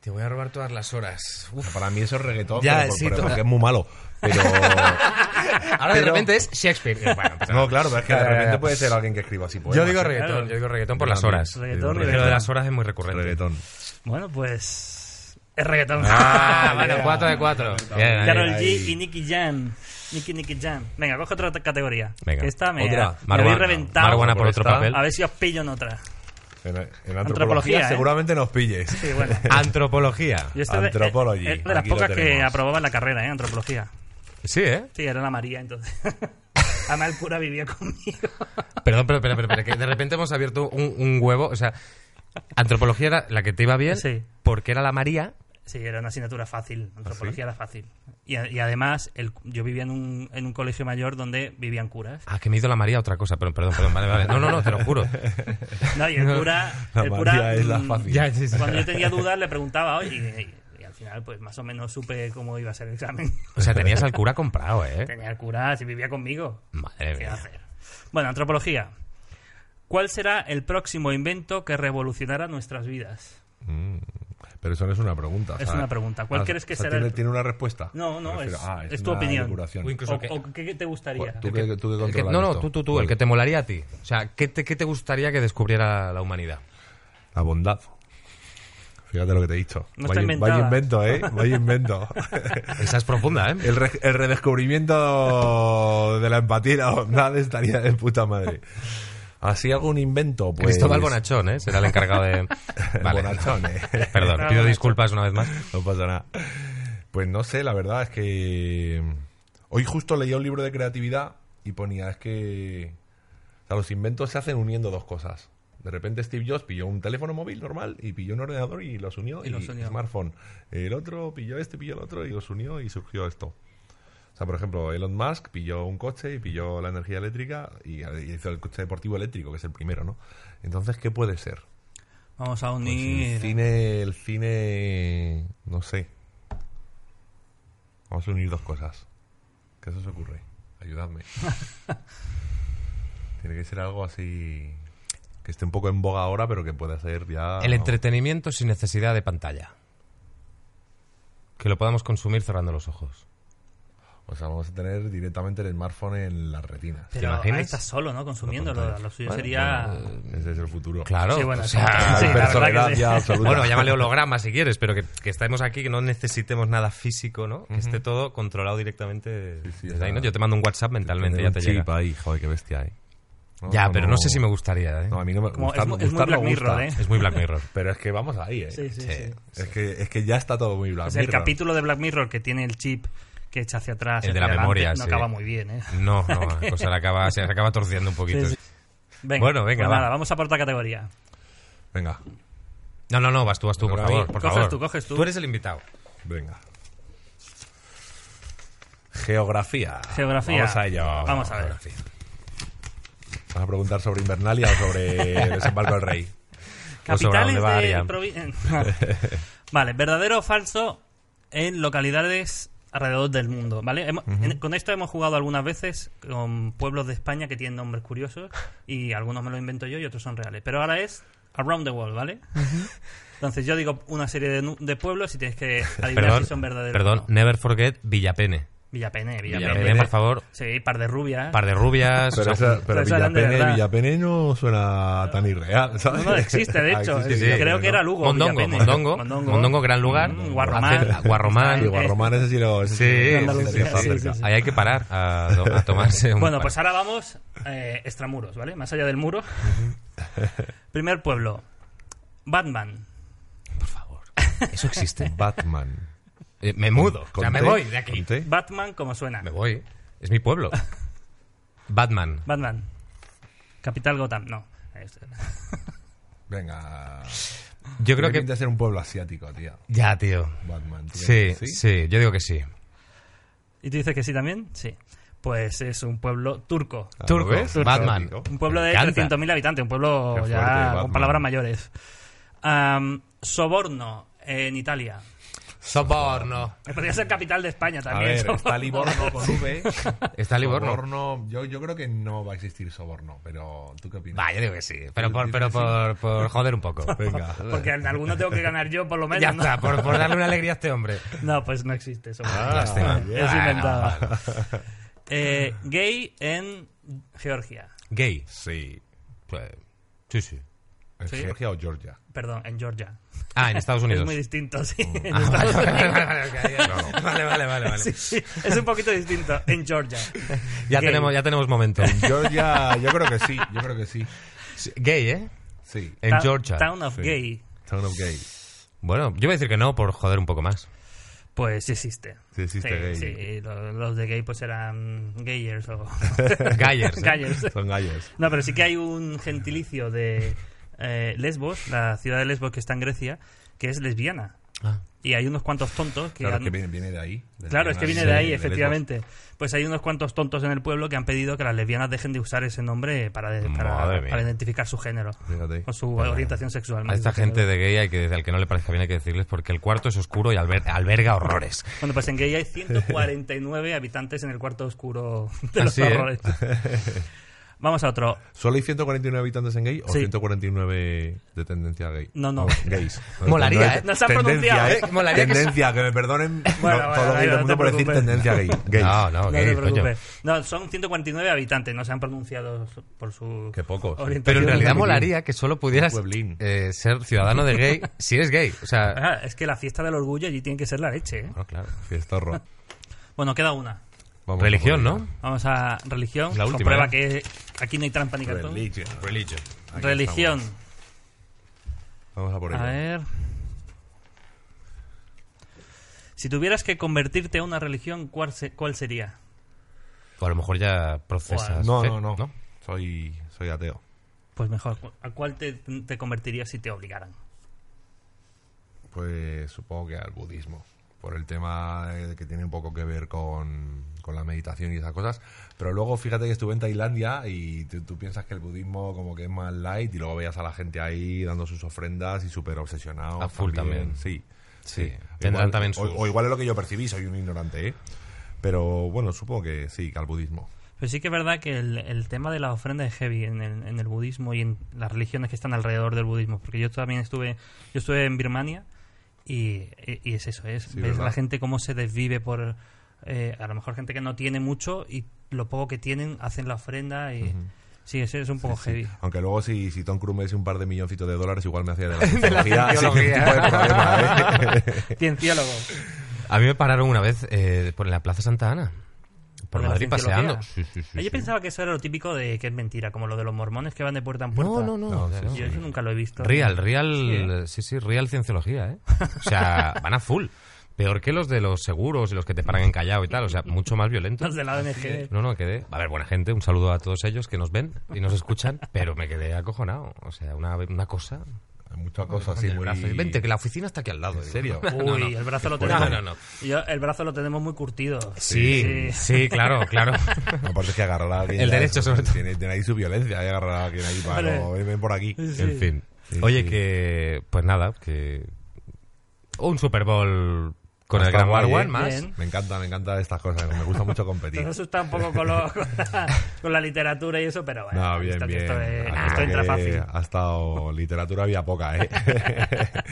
Speaker 1: Te voy a robar todas las horas.
Speaker 3: O sea, Para mí eso es reggaetón,
Speaker 1: Ya,
Speaker 3: pero por-
Speaker 1: sí,
Speaker 3: pero
Speaker 1: to-
Speaker 3: porque es muy malo. Pero...
Speaker 1: Ahora de
Speaker 3: Pero-
Speaker 1: repente es Shakespeare. Eh, bueno, pues
Speaker 3: no, claro, pero es que de
Speaker 1: Ya, ya, ya.
Speaker 3: repente puede ser alguien que escriba así poemas.
Speaker 1: yo digo
Speaker 3: ¿eh?
Speaker 1: reggaetón,
Speaker 2: claro.
Speaker 1: yo digo reggaetón por
Speaker 3: Yo
Speaker 1: las
Speaker 3: también.
Speaker 1: horas.
Speaker 2: Reggaetón,
Speaker 3: Digo
Speaker 1: Porque lo de las horas es muy recurrente.
Speaker 3: Reggaetón.
Speaker 2: Bueno, pues... Es reggaetón.
Speaker 1: Ah, bueno,
Speaker 3: ya.
Speaker 1: 4 de 4. Bien, ahí.
Speaker 2: Carol
Speaker 3: ahí.
Speaker 2: G y Nicky Jam. Nicky Nicky Jam. Venga, coge otra categoría.
Speaker 1: Venga,
Speaker 2: Que Esta me,
Speaker 1: otra.
Speaker 2: me habéis
Speaker 1: Marwan-
Speaker 2: reventado.
Speaker 1: Marwana por otro
Speaker 3: esta.
Speaker 1: papel.
Speaker 2: A ver si os pillo en otra.
Speaker 3: En, en antropología,
Speaker 2: Antropología, ¿eh?
Speaker 3: seguramente nos pilles.
Speaker 2: Sí, bueno.
Speaker 1: Antropología.
Speaker 2: Yo estoy de-
Speaker 3: Anthropology,
Speaker 2: eh, es de las
Speaker 3: aquí lo
Speaker 2: pocas que
Speaker 3: tenemos.
Speaker 2: aprobaba en la carrera, ¿eh? Antropología.
Speaker 1: Sí, ¿eh?
Speaker 2: Sí, era la María entonces. Además el cura vivía conmigo.
Speaker 1: Perdón, pero, pero, pero, pero, que de repente hemos abierto un, un huevo. O sea, antropología era la que te iba bien
Speaker 2: Sí.
Speaker 1: porque era la María.
Speaker 2: Sí, era una asignatura
Speaker 3: ¿Ah,
Speaker 2: fácil. Antropología era fácil. Y, a- y además, el- yo vivía en un, en un colegio mayor donde vivían curas.
Speaker 1: Ah, que me hizo la María otra cosa. Pero, perdón, perdón, vale, vale. No, no, no, te lo juro.
Speaker 2: No, y el cura.
Speaker 3: La
Speaker 2: el
Speaker 3: María
Speaker 2: cura,
Speaker 3: es la
Speaker 2: mm,
Speaker 3: fácil.
Speaker 1: Ya, sí, sí.
Speaker 2: Cuando yo tenía dudas le preguntaba oye, y, y al final, pues más o menos supe cómo iba a ser el examen.
Speaker 1: O sea, tenías al cura comprado, ¿eh?
Speaker 2: Tenía el cura, si vivía conmigo.
Speaker 1: Madre
Speaker 2: ¿Qué
Speaker 1: mía.
Speaker 2: hacer? Bueno, antropología. ¿Cuál será el próximo invento que revolucionará nuestras vidas?
Speaker 3: Pero eso no es una pregunta. o
Speaker 2: Es
Speaker 3: sea,
Speaker 2: una pregunta. ¿Cuál
Speaker 3: o sea,
Speaker 5: crees que
Speaker 3: o sea,
Speaker 2: será el-
Speaker 3: ¿tiene, tiene una respuesta?
Speaker 2: No, no,
Speaker 3: Me refiero,
Speaker 2: es-
Speaker 3: ah,
Speaker 2: es tu
Speaker 3: una
Speaker 2: opinión.
Speaker 3: locuración.
Speaker 1: O incluso
Speaker 2: ¿O,
Speaker 1: que-
Speaker 2: o qué te gustaría?
Speaker 3: ¿Tú que, tú que
Speaker 1: El que-
Speaker 3: controlas
Speaker 1: no, no,
Speaker 3: esto.
Speaker 1: tú, tú, tú, el que te molaría a ti. O sea, ¿qué te, qué te gustaría que descubriera la humanidad?
Speaker 3: La bondad. Fíjate lo que te he dicho.
Speaker 2: No está
Speaker 3: vaya,
Speaker 2: inventada.
Speaker 3: vaya invento, ¿eh? Vaya invento.
Speaker 1: Esa es profunda, ¿eh?
Speaker 3: El, re- el redescubrimiento de la empatía y la bondad estaría de puta madre. Así algún invento, pues...
Speaker 1: Cristóbal Bonachón, ¿eh? Será el encargado de... Vale.
Speaker 3: Bonachón, ¿eh?
Speaker 1: Perdón, pido
Speaker 2: Bonachón.
Speaker 1: disculpas una vez más.
Speaker 3: No pasa nada. Pues no sé, la verdad es que. mm, Hoy justo leía un libro de creatividad y ponía, es que. O sea, los inventos se hacen uniendo dos cosas. De repente Steve Jobs pilló un teléfono móvil normal y pilló un ordenador y los unió
Speaker 2: Y
Speaker 3: y,
Speaker 2: los unió.
Speaker 3: smartphone. El otro pilló este, pilló el otro y los unió y surgió esto. O sea, por ejemplo, Elon Musk pilló un coche y pilló la energía eléctrica y y hizo el coche deportivo eléctrico, que es el primero, ¿no? Entonces, ¿qué puede ser?
Speaker 2: Vamos a
Speaker 3: Pues
Speaker 2: unir.
Speaker 3: el cine, el cine, no sé. Vamos a unir dos cosas. ¿Qué se os ocurre? Ayudadme. Tiene que ser algo así que esté un poco en boga ahora, pero que pueda ser ya.
Speaker 1: El entretenimiento sin necesidad de pantalla. Que lo podamos consumir cerrando los ojos.
Speaker 3: O sea, vamos a tener directamente el smartphone en las retinas.
Speaker 2: Pero
Speaker 1: imaginas?
Speaker 2: ahí estás solo, ¿no? Consumiéndolo. Lo,
Speaker 3: Bueno,
Speaker 2: suyo sería...
Speaker 3: Ese es el futuro.
Speaker 1: Claro.
Speaker 2: Sí, bueno,
Speaker 1: o
Speaker 2: sí.
Speaker 1: sea,
Speaker 2: Sí, la verdad
Speaker 3: personalidad
Speaker 2: que sí.
Speaker 3: ya absoluta.
Speaker 1: Bueno, llámale holograma si quieres, pero que, que estemos aquí, que no necesitemos nada físico, ¿no? Que esté todo controlado directamente
Speaker 3: sí,
Speaker 1: desde ahí,
Speaker 3: o sea,
Speaker 1: ¿no? Yo te mando un WhatsApp mentalmente,
Speaker 3: Tener
Speaker 1: ya
Speaker 3: un
Speaker 1: te
Speaker 3: chip
Speaker 1: llega.
Speaker 3: ahí, joder, qué bestia, ¿eh?
Speaker 1: Ya, pero no sé si me gustaría, ¿eh?
Speaker 3: No, a mí no me
Speaker 2: Como-
Speaker 3: gustar-
Speaker 2: es mu- es muy
Speaker 3: gustar no
Speaker 2: Black Mirror,
Speaker 3: gusta.
Speaker 2: ¿eh?
Speaker 1: Es muy Black Mirror.
Speaker 3: Pero es que vamos ahí, ¿eh?
Speaker 2: Sí, sí,
Speaker 1: Sí.
Speaker 2: sí.
Speaker 3: Es que, es que ya está todo muy blanco.
Speaker 2: O sea, el capítulo de Black Mirror que tiene el chip que echa hacia atrás,
Speaker 1: El
Speaker 2: hacia
Speaker 1: de la
Speaker 2: adelante,
Speaker 1: memoria,
Speaker 2: no
Speaker 1: sí.
Speaker 2: acaba muy bien, ¿eh?
Speaker 1: No, no, la cosa la acaba, se acaba torciendo un poquito.
Speaker 2: Sí, sí. Venga,
Speaker 1: Bueno, venga,
Speaker 2: pues
Speaker 1: va.
Speaker 2: nada, vamos a por otra categoría.
Speaker 3: Venga,
Speaker 1: No, no, no, vas tú, vas tú, por
Speaker 3: Pero a mí-
Speaker 1: favor, por
Speaker 2: coges
Speaker 1: favor.
Speaker 2: tú, coges tú.
Speaker 1: Tú eres el invitado.
Speaker 3: venga. Geografía.
Speaker 2: Geografía.
Speaker 3: Vamos a ello.
Speaker 2: Vamos a ver.
Speaker 3: Geografía. ¿Vas a preguntar sobre Invernalia o sobre Desembarco del Rey?
Speaker 1: No sabrá Pues
Speaker 2: Capitales
Speaker 1: dónde
Speaker 2: de
Speaker 1: va Arián.
Speaker 2: provi- vale, verdadero o falso en localidades alrededor del mundo, ¿vale? Hemos- en- con esto hemos jugado algunas veces con pueblos de España que tienen nombres curiosos y algunos me los invento yo y otros son reales. Pero ahora es Around the World, ¿vale? Entonces yo digo una serie de, nu- de pueblos y tienes que adivinar
Speaker 1: Perdón,
Speaker 2: si son verdaderos
Speaker 1: perdón,
Speaker 2: o no.
Speaker 1: never forget Villapene.
Speaker 2: Villapene, Villapene.
Speaker 1: Villapene, por favor,
Speaker 2: Sí, par de rubias.
Speaker 1: par de rubias.
Speaker 3: Pero,
Speaker 1: o sea,
Speaker 3: esa- pero
Speaker 2: esa eran de
Speaker 3: Villapene,
Speaker 2: verdad.
Speaker 3: Villapene no suena tan irreal, ¿sabes?
Speaker 2: No, no, existe, de
Speaker 3: Ah,
Speaker 2: hecho. eh,
Speaker 3: existe,
Speaker 1: sí,
Speaker 3: Villapene,
Speaker 2: Creo que
Speaker 3: ¿no?
Speaker 2: era Lugo.
Speaker 1: Mondongo,
Speaker 2: Villapene.
Speaker 1: Mondongo, Mondongo, gran lugar.
Speaker 2: Mm, Guarromán.
Speaker 1: Hace- Guarromán.
Speaker 3: Sí, Guarromán ese sí lo... ese
Speaker 1: Sí,
Speaker 3: sí,
Speaker 2: Andalucía,
Speaker 3: está
Speaker 2: sí,
Speaker 3: cerca.
Speaker 2: sí, sí.
Speaker 1: Ahí hay que parar a, a tomarse un
Speaker 2: Bueno,
Speaker 1: par.
Speaker 2: pues ahora vamos eh, extramuros, ¿vale? Más allá del muro. Primer pueblo. Batman.
Speaker 1: por favor. Eso existe.
Speaker 3: Batman.
Speaker 1: Eh, me mudo. O sea,
Speaker 3: Con
Speaker 1: me
Speaker 3: T,
Speaker 1: voy de aquí.
Speaker 3: con T.
Speaker 2: Batman, como suena.
Speaker 1: Me voy. Es mi pueblo. Batman.
Speaker 2: Batman. Capital Gotham. No.
Speaker 3: Venga.
Speaker 1: Yo creo
Speaker 3: Tiene pinta
Speaker 1: que.
Speaker 3: de ser un pueblo asiático, tío.
Speaker 1: Ya, tío.
Speaker 3: Batman. ¿tú
Speaker 1: Sí,
Speaker 3: crees que Ah,
Speaker 1: sí, yo digo que sí.
Speaker 2: ¿Y tú dices que sí también? Sí. Pues es un pueblo turco.
Speaker 3: Ah, ¿lo
Speaker 1: Turco,
Speaker 3: ves?
Speaker 1: Batman.
Speaker 3: Turco.
Speaker 2: Un pueblo
Speaker 1: Me
Speaker 2: de
Speaker 1: encanta.
Speaker 2: 300.000 habitantes. Un pueblo
Speaker 3: Qué fuerte,
Speaker 2: ya con
Speaker 3: Batman.
Speaker 2: palabras mayores. Am, Soborno, en Italia. Eh,
Speaker 1: Soborno.
Speaker 2: Podría ser capital de España
Speaker 3: A
Speaker 2: también.
Speaker 3: ver, está
Speaker 2: Soborno.
Speaker 3: Livorno pues. con V.
Speaker 1: Está Livorno.
Speaker 3: yo, yo creo que no va a existir soborno, pero ¿tú qué opinas?
Speaker 1: Va, yo digo que sí. Pero por, pero por, por joder un poco.
Speaker 3: Venga.
Speaker 2: Porque en alguno tengo que ganar yo, por lo menos.
Speaker 1: Ya
Speaker 2: ¿no?
Speaker 1: está, por, por darle una alegría a este hombre.
Speaker 2: No, pues no existe eso.
Speaker 3: Ah,
Speaker 1: Lástima.
Speaker 2: es inventada. Eh, gay en Georgia.
Speaker 1: Gay.
Speaker 3: Sí.
Speaker 1: Pues, sí, sí.
Speaker 3: ¿En
Speaker 2: Sí.
Speaker 3: Georgia o Georgia?
Speaker 2: Perdón, en Georgia.
Speaker 1: Ah, en Estados
Speaker 2: Es
Speaker 1: Unidos.
Speaker 2: muy distinto, sí. en
Speaker 1: Ah, vale,
Speaker 2: Estados
Speaker 1: vale,
Speaker 2: Unidos.
Speaker 1: vale, vale, vale, vale, vale, vale.
Speaker 2: Sí, sí, es un poquito distinto en Georgia.
Speaker 1: Ya
Speaker 2: Gay.
Speaker 1: tenemos, ya tenemos momento.
Speaker 3: Georgia, yo creo que sí, yo creo que sí.
Speaker 1: Sí, Gay, ¿eh?
Speaker 3: Sí.
Speaker 1: En
Speaker 2: Ta-
Speaker 1: Georgia.
Speaker 2: Town of
Speaker 3: Sí.
Speaker 2: Gay,
Speaker 3: Town of Gay.
Speaker 1: Bueno, yo voy a decir que no por joder un poco más.
Speaker 2: pues sí existe.
Speaker 3: Sí existe gay.
Speaker 2: Sí, lo- los de gay pues eran gayers o...
Speaker 1: Gallers. ¿eh?
Speaker 2: Gallers.
Speaker 3: Son gallos.
Speaker 2: No, pero sí que hay un gentilicio de eh, Lesbos, la ciudad de Lesbos que está en Grecia, que es lesbiana.
Speaker 1: Ah.
Speaker 2: Y hay unos cuantos tontos que
Speaker 3: Claro,
Speaker 2: han...
Speaker 3: es que viene, viene de ahí. del
Speaker 2: Claro, es que viene
Speaker 3: Leonardo,
Speaker 2: de ahí,
Speaker 3: Lesbos.
Speaker 2: efectivamente. Pues hay unos cuantos tontos en el pueblo que han pedido que las lesbianas dejen de usar ese nombre para, para-
Speaker 1: Madre mía.
Speaker 2: para identificar su género
Speaker 3: Fíjate.
Speaker 2: o su orientación sexual.
Speaker 1: A
Speaker 2: más
Speaker 1: esta
Speaker 2: que nada.
Speaker 1: gente de gay hay que, al que no le parezca bien hay que decirles porque el cuarto es oscuro y alber- alberga horrores.
Speaker 2: Bueno, pues en Gay hay 149 habitantes en el cuarto oscuro de los
Speaker 1: Así, ¿eh?
Speaker 2: horrores. Vamos a otro.
Speaker 3: ¿Solo hay 149 habitantes en gay o
Speaker 2: Sí.
Speaker 3: 149 de tendencia gay?
Speaker 2: No, no.
Speaker 3: O gays.
Speaker 1: Molaría,
Speaker 3: No, no,
Speaker 1: ¿eh?
Speaker 2: No se ha
Speaker 3: tendencia,
Speaker 2: pronunciado.
Speaker 3: ¿eh?
Speaker 1: Eh, molaría que
Speaker 3: tendencia, que, me perdonen
Speaker 2: Bueno,
Speaker 3: no,
Speaker 2: bueno,
Speaker 3: todo lo gay
Speaker 2: bueno,
Speaker 3: del
Speaker 2: no
Speaker 3: mundo
Speaker 2: te
Speaker 3: por decir
Speaker 2: preocupes.
Speaker 3: tendencia gay. Gays.
Speaker 1: No, no,
Speaker 2: No
Speaker 1: gay,
Speaker 2: te
Speaker 1: coño.
Speaker 2: preocupes. No, son 149 habitantes, no se han pronunciado su- por su.
Speaker 3: Qué pocos.
Speaker 2: orientación.
Speaker 1: Pero en realidad
Speaker 3: Pueblín.
Speaker 1: molaría que solo pudieras
Speaker 3: Pueblín.
Speaker 1: eh, ser ciudadano de gay si eres gay. O sea,
Speaker 2: Ah, es que la fiesta del orgullo allí tiene que ser la leche. ¿eh?
Speaker 1: bueno, claro.
Speaker 3: Fiestorro.
Speaker 2: Bueno, queda una.
Speaker 3: Vamos
Speaker 1: Religión,
Speaker 3: a por
Speaker 1: ¿no?
Speaker 2: Vamos a religión.
Speaker 1: La última,
Speaker 2: Comprueba
Speaker 1: ¿eh?
Speaker 2: que aquí no hay trampa ni
Speaker 3: ello.
Speaker 2: cartón.
Speaker 3: Religion.
Speaker 1: Religion.
Speaker 3: Aquí
Speaker 2: religión.
Speaker 3: estamos. Vamos a por ello.
Speaker 2: A ver. Si tuvieras que convertirte a una religión, ¿cuál, se- cuál sería?
Speaker 1: O a lo mejor ya profesas.
Speaker 3: No,
Speaker 1: fe,
Speaker 3: no, no. Soy, soy ateo.
Speaker 2: Pues mejor, ¿cu- ¿a cuál te, te convertirías si te obligaran?
Speaker 3: Pues supongo que al budismo. Por el tema eh, que tiene un poco que ver con, con la meditación y esas cosas. Pero luego fíjate que estuve en Tailandia y tú, tú piensas que el budismo como que es más light y luego veías a la gente ahí dando sus ofrendas y súper obsesionados.
Speaker 1: A full también.
Speaker 3: Sí.
Speaker 1: Sí. Tendrán
Speaker 3: Igual-
Speaker 1: también
Speaker 3: o-
Speaker 1: sus-
Speaker 3: o, igual es lo que yo percibí, soy un ignorante, ¿eh? Pero bueno, supongo que sí, que al budismo.
Speaker 2: Pero Pues sí que es verdad que el, el tema de las ofrendas es heavy en el, en el budismo y en las religiones que están alrededor del budismo. Porque yo también estuve, yo estuve en Birmania y, y- y es eso, es ves
Speaker 3: ¿verdad?
Speaker 2: la gente cómo se desvive por eh, a lo mejor gente que no tiene mucho y lo poco que tienen hacen la ofrenda y sí, ese es un poco heavy.
Speaker 3: Aunque luego si, si Tom Cruise me diese un par de milloncitos de dólares igual me hacía de la
Speaker 1: la
Speaker 3: cienciología, sin ningún tipo de problema, ¿eh?
Speaker 2: Cienciólogo.
Speaker 1: A mí me pararon una vez eh, por la Plaza Santa Ana. Por
Speaker 2: ¿Por la
Speaker 1: Madrid
Speaker 2: cienciología?
Speaker 1: paseando. Sí, sí, sí,
Speaker 2: Ah, yo
Speaker 1: sí.
Speaker 2: pensaba que eso era lo típico de que es mentira, como lo de los mormones que van de puerta en puerta.
Speaker 1: No, no, no.
Speaker 3: No,
Speaker 1: o sea,
Speaker 3: sí,
Speaker 1: no.
Speaker 2: Yo eso nunca lo he visto.
Speaker 1: Real, real,
Speaker 2: Sí, ¿eh?
Speaker 1: eh, sí, sí, real cienciología, ¿eh? O sea, van a full. Peor que los de los seguros y los que te paran en Callao y tal, o sea, mucho más violento.
Speaker 2: Los de la ONG.
Speaker 1: No, no, quedé. A ver, buena gente, un saludo a todos ellos que nos ven y nos escuchan, pero me quedé acojonado. O sea, una, una cosa.
Speaker 3: Hay muchas cosas Pues así
Speaker 1: el
Speaker 3: muy...
Speaker 1: brazo, y Vente, que la oficina está aquí al lado.
Speaker 3: ¿En
Speaker 1: digo.
Speaker 3: serio?
Speaker 2: Uy,
Speaker 1: No, no.
Speaker 2: el brazo lo
Speaker 1: No,
Speaker 2: tenemos.
Speaker 1: no, no.
Speaker 2: Yo- el brazo lo tenemos muy curtido.
Speaker 1: Sí, sí, claro, claro.
Speaker 3: Aparte es que agarrará a alguien.
Speaker 1: El
Speaker 3: ya,
Speaker 1: derecho,
Speaker 3: eso,
Speaker 1: sobre todo.
Speaker 3: Tiene, tiene ahí su violencia, y agarrar a alguien ahí para.
Speaker 2: Vale.
Speaker 3: "No, ven, ven por aquí.
Speaker 1: En fin.
Speaker 3: Sí,
Speaker 1: Oye,
Speaker 3: sí.
Speaker 1: que. Pues nada, que. Un Super Bowl con
Speaker 3: Está
Speaker 1: el Gran
Speaker 3: guay,
Speaker 1: One
Speaker 3: ¿eh?
Speaker 1: más.
Speaker 2: Bien.
Speaker 3: Me encanta, me encanta estas cosas. Me gusta mucho
Speaker 2: Nos
Speaker 3: competir.
Speaker 2: asusta un poco con, lo- con, la, con la literatura y eso, pero bueno.
Speaker 3: No,
Speaker 2: han
Speaker 3: bien,
Speaker 2: visto que
Speaker 3: bien.
Speaker 2: Esto, es-
Speaker 3: Ha
Speaker 2: esto
Speaker 3: visto
Speaker 2: entra
Speaker 3: que
Speaker 2: fácil.
Speaker 3: Ha estado literatura vía poca, ¿eh?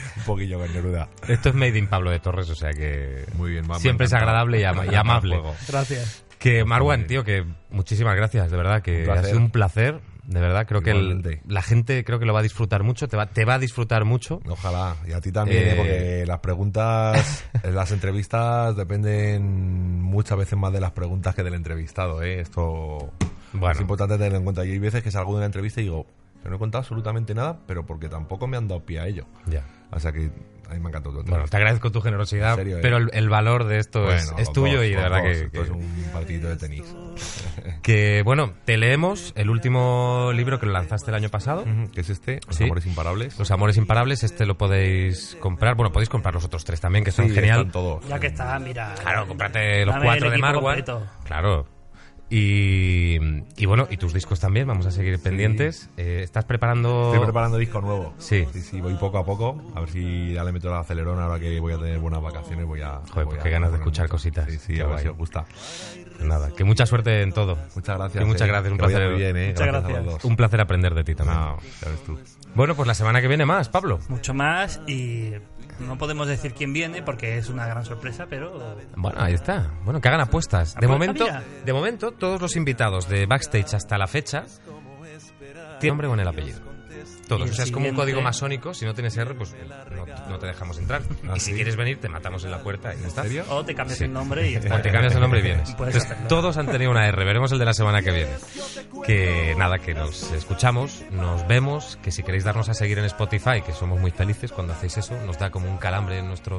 Speaker 3: Un poquillo con Neruda.
Speaker 1: Esto es Made in Pablo de Torres, o sea que.
Speaker 3: Muy bien, mamá.
Speaker 1: Siempre es agradable y, ama- y amable.
Speaker 2: Gracias.
Speaker 1: Que Marwan, tío, que muchísimas gracias, de verdad,
Speaker 3: Un
Speaker 1: que ha
Speaker 3: placer.
Speaker 1: sido un placer. De verdad, creo que el-
Speaker 3: Igualmente.
Speaker 1: la gente creo que lo va a disfrutar mucho, te va, te va a disfrutar mucho.
Speaker 3: Ojalá. Y a ti también,
Speaker 1: Eh,
Speaker 3: ¿eh? porque las preguntas, en las entrevistas dependen muchas veces más de las preguntas que del entrevistado, ¿eh? Esto
Speaker 1: Bueno.
Speaker 3: es importante tenerlo en cuenta. Yo hay veces que salgo de una entrevista y digo, yo no he contado absolutamente nada, pero porque tampoco me han dado pie a ello.
Speaker 1: Ya.
Speaker 3: O sea que a mí me ha encantado tu
Speaker 1: Bueno, te agradezco tu generosidad,
Speaker 3: En serio, eh.
Speaker 1: pero el, el valor de esto
Speaker 3: Bueno,
Speaker 1: es, es
Speaker 3: los
Speaker 1: tuyo
Speaker 3: dos,
Speaker 1: y de
Speaker 3: los
Speaker 1: verdad
Speaker 3: dos.
Speaker 1: que,
Speaker 3: Esto es
Speaker 1: que-
Speaker 3: un partidito de tenis.
Speaker 1: que, bueno, te leemos el último libro que lo lanzaste el año pasado.
Speaker 3: Ujú, ¿Qué es este? Los
Speaker 1: Sí.
Speaker 3: amores imparables.
Speaker 1: Los Amores Imparables, este lo podéis comprar. Bueno, podéis comprar los otros tres también, que son
Speaker 3: Sí,
Speaker 1: genial.
Speaker 3: están todos.
Speaker 2: Ya que está, mira.
Speaker 1: Pues Claro, cómprate los
Speaker 2: Dame
Speaker 1: cuatro
Speaker 2: el
Speaker 1: de
Speaker 2: equipo
Speaker 1: Marwan.
Speaker 2: completo.
Speaker 1: Claro. Y, y bueno, y tus discos también, vamos a seguir pendientes. Eh, ¿Estás preparando...?
Speaker 3: Estoy preparando disco nuevo.
Speaker 1: Sí.
Speaker 3: sí, voy poco a poco. A ver si ya le meto el acelerón ahora que voy a tener buenas vacaciones. Voy a.
Speaker 1: Joder,
Speaker 3: voy
Speaker 1: pues
Speaker 3: a
Speaker 1: qué ganas de
Speaker 3: ponerme
Speaker 1: escuchar
Speaker 3: mucho.
Speaker 1: cositas.
Speaker 3: Sí, sí,
Speaker 1: Qué
Speaker 3: a ver
Speaker 1: guay.
Speaker 3: si os gusta.
Speaker 1: Nada, que mucha suerte en todo.
Speaker 3: Muchas gracias.
Speaker 1: Que muchas
Speaker 3: eh.
Speaker 1: gracias, un
Speaker 3: Que vaya
Speaker 1: placer.
Speaker 3: muy bien, eh.
Speaker 2: Muchas
Speaker 3: gracias. a los
Speaker 2: gracias.
Speaker 3: dos.
Speaker 1: Un placer aprender de ti también.
Speaker 3: No, ya ves tú.
Speaker 1: Bueno, pues la semana que viene más, Pablo.
Speaker 2: Mucho más y no podemos decir quién viene porque es una gran sorpresa, pero
Speaker 1: Bueno, ahí está. Bueno, que hagan apuestas. De
Speaker 2: Apuesta,
Speaker 1: momento,
Speaker 2: mira.
Speaker 1: de momento, todos los invitados de backstage hasta la fecha tienen nombre con el apellido. Todos.
Speaker 2: Y
Speaker 1: O sea,
Speaker 2: el
Speaker 1: es como un
Speaker 2: siguiente-
Speaker 1: código masónico. Si no tienes R, pues no, no te dejamos entrar.
Speaker 2: Ah,
Speaker 1: Y si quieres venir, te matamos en la puerta y ya está.
Speaker 3: serio?
Speaker 2: o te cambias
Speaker 1: Sí.
Speaker 2: el nombre y ya está.
Speaker 1: O te cambias el nombre y vienes.
Speaker 2: Puedes
Speaker 1: Entonces,
Speaker 2: hacerlo.
Speaker 1: todos han tenido una R. Veremos el de la semana que viene. Que nada, que nos escuchamos, nos vemos, que si queréis darnos a seguir en Spotify, que somos muy felices cuando hacéis eso, nos da como un calambre en, nuestro,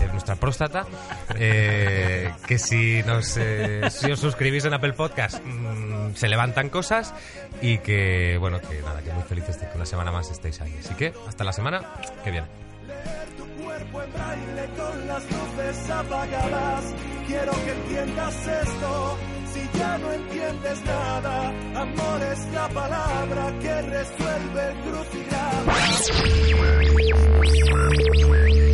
Speaker 1: en nuestra próstata. Eh, que si, nos, eh, si os suscribís en Apple Podcast, mm, se levantan cosas. Y que, bueno, que nada, que muy felices de que una semana más estéis ahí. Así que, hasta la semana que viene.
Speaker 4: Leer tu cuerpo en braille con las luces apagadas. Quiero que entiendas esto. Si ya no entiendes nada, amor es la palabra que resuelve el crucigrama.